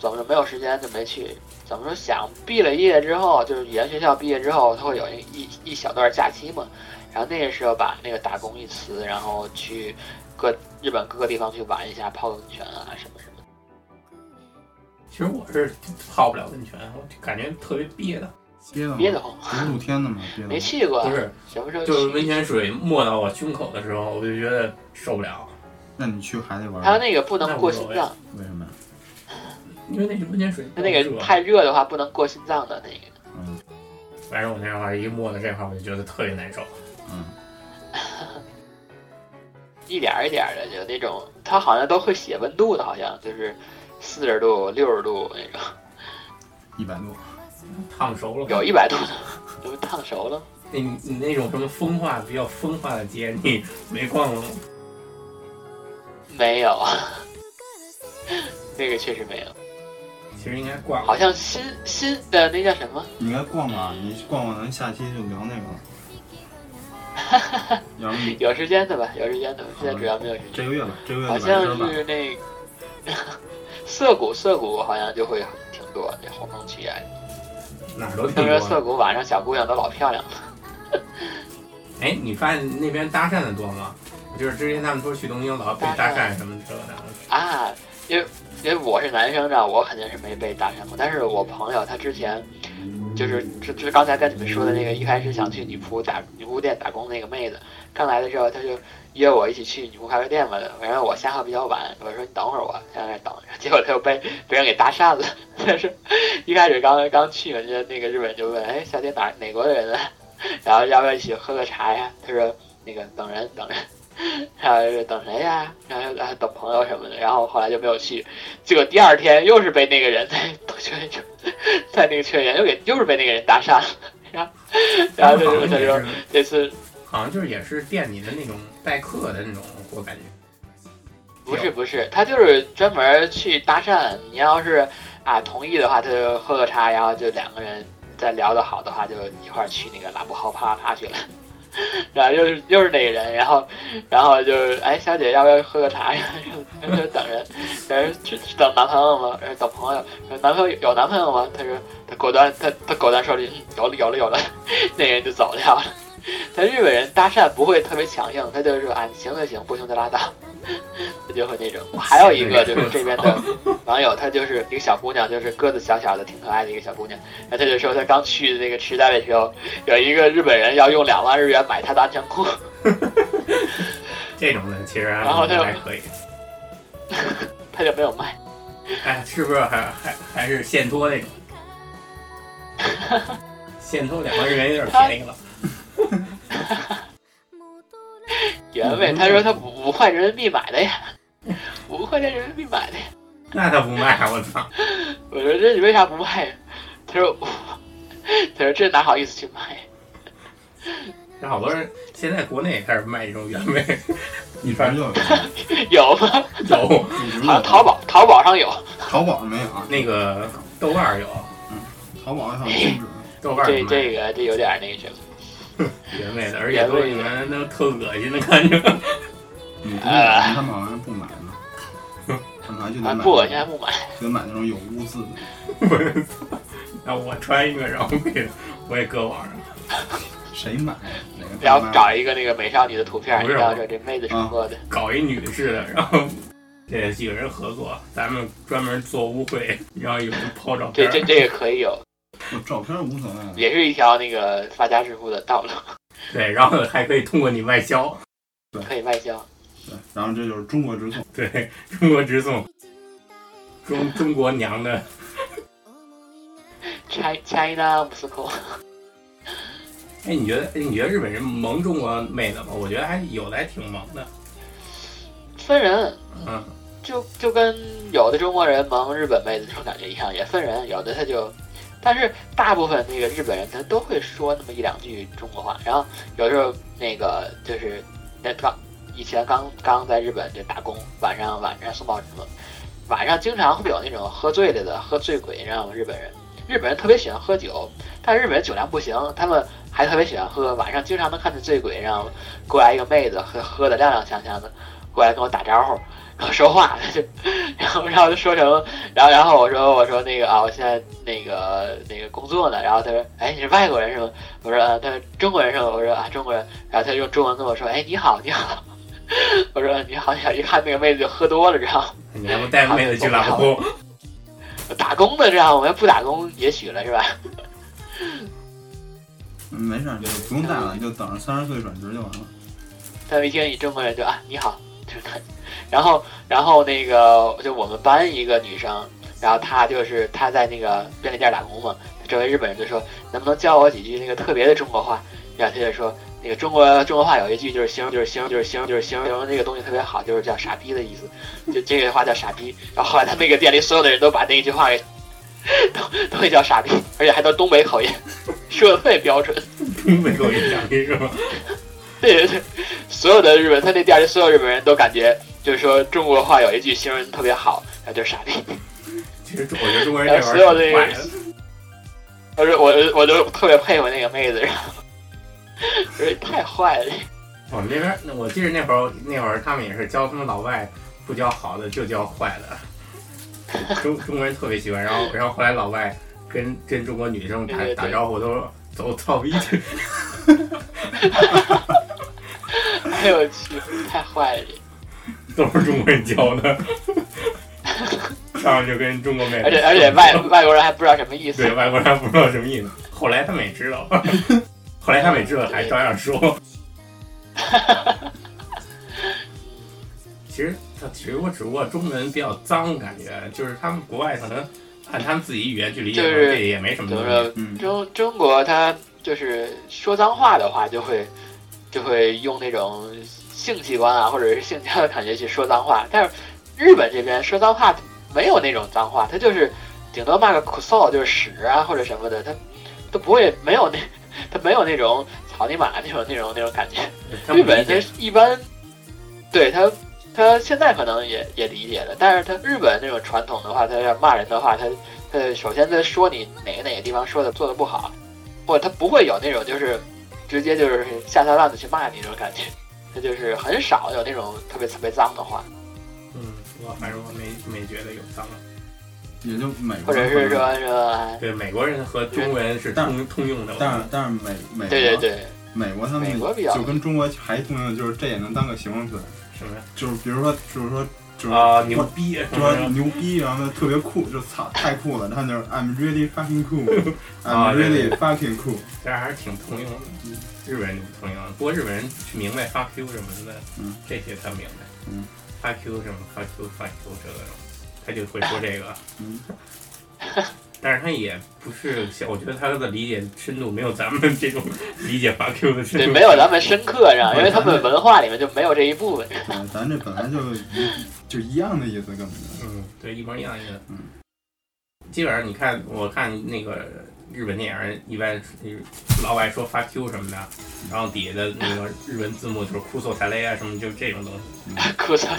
Speaker 4: 怎么说没有时间就没去。怎么说想毕了业之后，就是语言学校毕业之后，他会有一一一小段假期嘛，然后那个时候把那个打工一辞，然后去各日本各个地方去玩一下，泡个温泉啊什么什么的。
Speaker 3: 其实我是泡不了温泉，我就感觉特别憋的。
Speaker 2: 憋的吗？
Speaker 4: 憋得慌，
Speaker 2: 不是露天 的吗？憋的
Speaker 4: 没
Speaker 2: 吗。
Speaker 4: 去过啊
Speaker 3: 不，嗯是，
Speaker 4: 什么时候去？
Speaker 3: 就是温泉水没到我胸口的时候，我就觉得受不了，
Speaker 2: 那你去海里玩
Speaker 4: 他
Speaker 2: 儿，
Speaker 4: 那个不能过心
Speaker 3: 那无所
Speaker 4: 脏
Speaker 3: 谓。
Speaker 2: 为什么呀？
Speaker 3: 因为那是温泉水
Speaker 4: 它那个太热的话不能过心脏的那个。
Speaker 2: 嗯
Speaker 3: 反正我那会儿一摸到这块儿，我就觉得特别难受。
Speaker 2: 嗯，
Speaker 4: 一点儿一点儿的，就那种，它好像都会写温度的，好像就是四十度、六十度那种，
Speaker 2: 一百度。
Speaker 3: 烫熟了，
Speaker 4: 有一百度的，都烫熟了。
Speaker 3: 那你你那种什么风化比较风化的街，你没逛过吗？
Speaker 4: 没有， 那个确实没有。
Speaker 3: 其实应该逛
Speaker 4: 好
Speaker 3: 过。
Speaker 4: 像新新的那叫什么？
Speaker 2: 你应该逛吧，你逛逛，咱下期就聊那个了。 要不你
Speaker 4: 有时间的吧，有时间的吧。现在主要没有时间。
Speaker 2: 这个月吧，这个月
Speaker 4: 好
Speaker 2: 就
Speaker 4: 像
Speaker 2: 把这事儿
Speaker 4: 是那个 涩谷，涩谷好像就会挺多，那红灯区啊。
Speaker 3: 哪儿都挺
Speaker 4: 听说
Speaker 3: 多
Speaker 4: 涩
Speaker 3: 的。
Speaker 4: 谷晚上小姑娘都老漂亮了。
Speaker 3: 哎，你发现那边搭讪的多吗？就是之前他们说去东京老被搭讪什么之类的，
Speaker 4: 啊，因为因为我是男生呢，我肯定是没被搭讪过。但是我朋友他之前就是就就是刚才跟你们说的那个，一开始想去女仆打女仆店打工那个妹子，刚来的时候他就约我一起去女仆咖啡店嘛，然后我下课比较晚，我说你等会儿我在那儿等着， 结果他又被别人给搭讪 了。但是一开始刚刚去，人家那个日本就问，哎，小姐哪哪国的人啊？ 然后要不要一起喝个茶呀？他说那个等人等人， 然后就等谁呀？然后啊等朋友什么的。然后后来就没有去，结果第二天又是被那个人在 在那个确认又给又是被那个人搭讪了。 然后然后
Speaker 3: 他
Speaker 4: 就
Speaker 3: 们好像
Speaker 4: 是他
Speaker 3: 也
Speaker 4: 说
Speaker 3: 是
Speaker 4: 这次
Speaker 3: 好像就是也是店里的那种代课的那种，我感觉
Speaker 4: 不是不是，他就是专门去搭讪。你要是啊同意的话，他就喝个茶，然后就两个人再聊得好的话，就一块儿去那个拉布豪啪啪去了。 然后又是又是那个人，然后然后就是哎，小姐要不要喝个茶呀？ 然后就等人，等人去去等男朋友吗？呃等朋友，男朋友有男朋友吗？他说他果断，他他果断说了一句嗯有了有了有了， 那人就走掉了。但日本人搭讪不会特别强硬，他就是说啊，你行就行，不行就拉倒。他就会那种。还有一个就是这边的网友，她就是一个小姑娘，就是个子小小的，挺可爱的一个小姑娘。然后她就说，她刚去那个池袋的时候，有一个日本人要用两万日元买她的安全裤，
Speaker 3: 这种人其实还
Speaker 4: 然后他又
Speaker 3: 还可以。
Speaker 4: 她就没有卖。
Speaker 3: 哎，是不是还还还是现托 那种？现托两万日元有点便宜了。
Speaker 4: 原味，她说她五五块人民币买的呀，五块钱人民币买的呀。
Speaker 3: 那他不卖，我操！
Speaker 4: 我说这你为啥不卖呀？她说， 她说这哪好意思去卖呀？
Speaker 3: 那好多人现在国内也开始卖这种原味，
Speaker 2: 一直就有，
Speaker 4: 有吗？
Speaker 3: 有
Speaker 2: 一直就
Speaker 4: 好像
Speaker 2: 有。
Speaker 4: 淘宝淘宝上有，
Speaker 2: 淘宝没有啊？
Speaker 3: 那个豆瓣儿有，
Speaker 2: 淘宝好像禁止了。
Speaker 3: 豆瓣儿
Speaker 4: 这
Speaker 3: 有卖
Speaker 4: 这个这有点那个什么。
Speaker 3: 原味的，而且都是你们都特恶心的感觉。
Speaker 2: 你不买，他们好像不买呢。他们还就得
Speaker 4: 哎啊，
Speaker 2: 买，
Speaker 4: 不恶心还不买，
Speaker 2: 就得买那种有污渍的。
Speaker 3: 然后我穿一个，然后给我也搁网上，
Speaker 2: 谁买？哪个大妈？
Speaker 4: 然后找一个那个美少女的图片，
Speaker 3: 不
Speaker 4: 你
Speaker 3: 是
Speaker 4: 知道这这妹子是
Speaker 2: 啊
Speaker 4: 播的，
Speaker 3: 搞一女士的，然后这几个人合作，咱们专门做污秽，然后有人抛照
Speaker 4: 这
Speaker 3: 片儿，
Speaker 4: 这这个可以有，
Speaker 2: 我照片无所谓。
Speaker 4: 也是一条那个发家致富的道路，
Speaker 3: 对，然后还可以通过你外销，
Speaker 4: 可以外销。
Speaker 2: 对，然后这就是中国直送。
Speaker 3: 对中国直送，中中国娘的
Speaker 4: Chi- China Musco，
Speaker 3: 哎，你觉得哎你觉得日本人萌中国妹子吗？我觉得还有的还挺萌的，
Speaker 4: 分人，
Speaker 3: 嗯，
Speaker 4: 就就跟有的中国人萌日本妹子这种感觉一样，也分人，有的他就，但是大部分那个日本人他都会说那么一两句中国话，然后有时候那个就是那刚以前刚刚在日本就打工，晚上晚上送报纸嘛，晚上经常会有那种喝醉了的喝醉鬼，然后日本人。日本人特别喜欢喝酒，但日本人酒量不行，他们还特别喜欢喝。晚上经常能看见醉鬼，然后过来一个妹子，喝喝的踉踉跄跄的，过来跟我打招呼，然后说话， 就然后然后就说什么，然后然后我说我说那个啊，我现在那个那个工作呢，然后他说，哎，你是外国人是吗？我说啊，他说中国人是吗？我说啊，中国人，然后他用中文跟我说，哎，你好，你好。 我说你好，你好，一看那个妹子就喝多了，知道吗？
Speaker 3: 你还不带妹子去拉布？
Speaker 4: 打工的知道吗？我要不打工也许了是吧？
Speaker 2: 嗯，没事儿，你就不用带了，你就等着三十岁转职就完了。
Speaker 4: 他们一听你中国人就啊你好，就是他，然后然后那个就我们班一个女生，然后她就是她在那个便利店打工嘛，这位日本人就说能不能教我几句那个特别的中国话，然后她就说那个中国中国话有一句就是形容就是形容就是形容就是形容那个东西特别好，就是叫傻逼的意思，就这个话叫傻逼。然后后来他那个店里所有的人都把那一句话给都都给叫傻逼，而且还都东北口音，说的特别标准。
Speaker 3: 东北口音讲的是吗？
Speaker 4: 对对对，所有的日本，他那店里所有日本人都感觉，就是说中国话有一句形容得特别好，然后就是傻逼。
Speaker 3: 其实我觉得中国人这玩意
Speaker 4: 所
Speaker 3: 儿
Speaker 4: 有的
Speaker 3: 挺坏的。
Speaker 4: 我说我我就特别佩服那个妹子，然后 我说太坏了，
Speaker 3: 我们那边，那我记得那会儿，那会儿他们也是教他们老外不教好的，就教坏的。中中国人特别喜欢，然后然后后来老外跟跟中国女生打
Speaker 4: 对对对
Speaker 3: 打招呼都说走操逼 去，
Speaker 4: 哎呦我去，太坏了。
Speaker 3: 都是中国人教的。 上来就跟中国妹子，
Speaker 4: 而且而且外外国人还不知道什么意思
Speaker 3: 对，外国人还不知道什么意思。后来他们也知 道，后来他们也知道，还照样说。其实，他其实我只不过中文比较脏，感觉就是他们国外可能按他们自己语言去理解，
Speaker 4: 就是
Speaker 3: 这也没什么
Speaker 4: 怎
Speaker 3: 东
Speaker 4: 么
Speaker 3: 西。
Speaker 4: 说
Speaker 2: 嗯
Speaker 4: 中中国它就是说脏话的话，就会就会用那种性器官啊，或者是性交的感觉去说脏话。但是日本这边说脏话没有那种脏话，他就是顶多骂个苦臊，就是屎啊或者什么的，他都不会没有那他没有那种草泥马那种那种那种感觉。日本他一般对他。他现在可能也也理解了，但是他日本那种传统的话，他要骂人的话，他他首先他说你哪个哪个地方说的做的不好，或者他不会有那种就是直接就是下三滥的去骂你那种感觉，他就是很少有那种特别特别脏的话，
Speaker 3: 嗯，我反正我没没觉得有脏的。
Speaker 2: 也就美
Speaker 4: 或
Speaker 2: 国
Speaker 4: 者
Speaker 2: 人
Speaker 4: 是
Speaker 2: 可能
Speaker 4: 说哎说
Speaker 3: 对，美国人和中国人是
Speaker 2: 但
Speaker 3: 通通用的。我
Speaker 2: 但是但是美美国
Speaker 4: 对对对，
Speaker 2: 美国他们
Speaker 4: 美国比较
Speaker 2: 就跟中国还通用，就是这也能当个形容词，
Speaker 3: 什么呀
Speaker 2: 就是比如说就是说就是
Speaker 3: 啊，牛逼什
Speaker 2: 就
Speaker 3: 么
Speaker 2: 说
Speaker 3: 的
Speaker 2: 牛逼，然后呢特别酷，就操太酷了，他们就是 I'm really fucking cool，I'm
Speaker 3: 啊对
Speaker 2: really
Speaker 3: 对
Speaker 2: fucking cool，
Speaker 3: 但是还是挺通用的。嗯日本人就不通用，不过日本人明白 fuck you 什么的，
Speaker 2: 嗯
Speaker 3: 这些他明白。
Speaker 2: 嗯
Speaker 3: fuck you 什么 fuck you fuck you 这个，他就会说这个。
Speaker 2: 嗯，
Speaker 3: 但是他也不是像，我觉得他的理解深度没有咱们这种理解 fuck you 的深
Speaker 4: 对
Speaker 3: 度。
Speaker 4: 没有咱们深刻上，因为他们文化里面就没有这一部分。
Speaker 2: 对，咱这本来就一就一样的意思，根本就
Speaker 3: 嗯，对，一模一样一个。
Speaker 2: 嗯，
Speaker 3: 基本上你看，我看那个日本电影，一般是老外说发 Q 什么的，然后底下的那个日文字幕就是哭索台雷啊什么，就这种东西，
Speaker 4: 哭死了，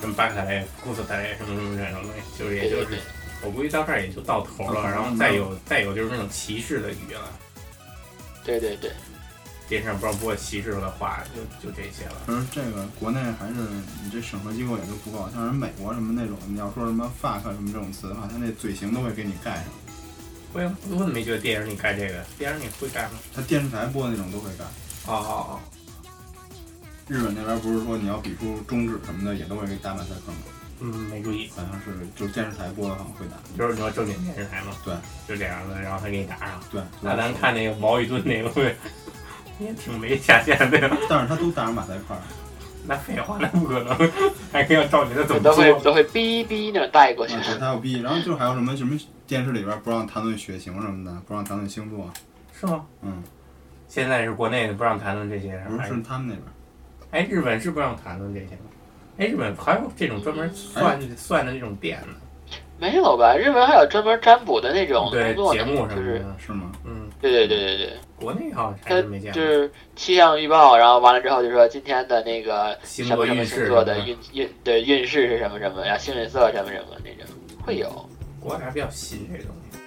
Speaker 3: 什么巴克台雷、哭索台雷什么什么这种东西，就是也
Speaker 4: 对
Speaker 3: 就
Speaker 4: 对
Speaker 3: 是
Speaker 4: 对，
Speaker 3: 我估计到这儿也就到头了，
Speaker 2: 嗯
Speaker 3: 然后再有再有就是那种歧视的语言了，
Speaker 4: 对对对，
Speaker 3: 电视上不知道播歧视的话，就就这些了。
Speaker 2: 其实这个国内还是你这审核机构也都不够，像人美国什么那种，你要说什么 fuck 什么这种词的话，他那嘴型都会给你盖上，
Speaker 3: 我也我怎么没觉得电影里盖这个？电影里会盖吗？
Speaker 2: 他电视台播那种都会盖。
Speaker 3: 哦哦
Speaker 2: 日本那边不是说你要比出中指什么的，也都会给打满塞克吗？
Speaker 3: 哦，嗯，没注意。
Speaker 2: 好像是就电视台播的，好像会打。
Speaker 3: 就是你说正经电视台嘛，
Speaker 2: 对，
Speaker 3: 就这样的，然后他给你打上。
Speaker 2: 对，啊
Speaker 3: 那咱看那个毛一顿那个会，也挺没下限的。
Speaker 2: 但是他都打上马赛克儿，
Speaker 3: 那废话，那不可能，还要照你的怎么
Speaker 4: 都会
Speaker 3: 做？
Speaker 4: 都会哔哔那种带过去
Speaker 2: 啊，。对他有逼。然后就还有什么什么电视里边不让谈论血型什么的，不让谈论星座，啊
Speaker 3: 是吗？
Speaker 2: 嗯，
Speaker 3: 现在是国内不让谈论这些，
Speaker 2: 不
Speaker 3: 还
Speaker 2: 是
Speaker 3: 是
Speaker 2: 是他们那边。
Speaker 3: 哎，日本是不让谈论这些吗？哎，日本还有这种专门算、算的那种店呢，
Speaker 4: 没有吧？日本还有专门占卜的那种
Speaker 3: 对
Speaker 4: 工作
Speaker 3: 节
Speaker 4: 呢
Speaker 3: 目什么
Speaker 4: 就是
Speaker 3: 的，
Speaker 2: 是吗？
Speaker 3: 嗯，
Speaker 4: 对对对对对，
Speaker 3: 国内好像还
Speaker 4: 它
Speaker 3: 是没见
Speaker 4: 就
Speaker 3: 过。
Speaker 4: 是气象预报，然后完了之后就说今天的那个
Speaker 3: 星
Speaker 4: 什
Speaker 3: 座
Speaker 4: 么什么
Speaker 3: 运势
Speaker 4: 星座
Speaker 3: 什
Speaker 4: 的
Speaker 3: 么的
Speaker 4: 运运对运势是什么什么，然后幸运色什么什么那种会有。
Speaker 3: 国外还比较信这东西。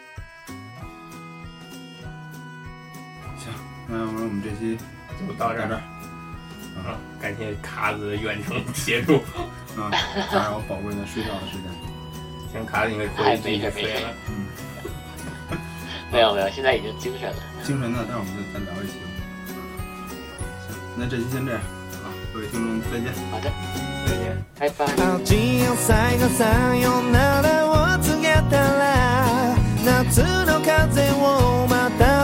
Speaker 2: 那要不然我们这期
Speaker 3: 就到这
Speaker 2: 到这
Speaker 3: 儿
Speaker 2: 儿，
Speaker 3: 啊！感谢卡子远程 协助。
Speaker 2: 啊，打扰我宝贵的睡觉的时间。
Speaker 3: 行，卡子你可以回去自己去睡了。
Speaker 4: 没有没有，现在已经精神了。
Speaker 2: 精神的，但是我们就再聊一期吧。行，那这期先这样啊，各位听众再见。
Speaker 4: 好的，
Speaker 3: 再见。
Speaker 4: 拜拜。
Speaker 8: あじんさいのさよならを告げたら夏の風をまた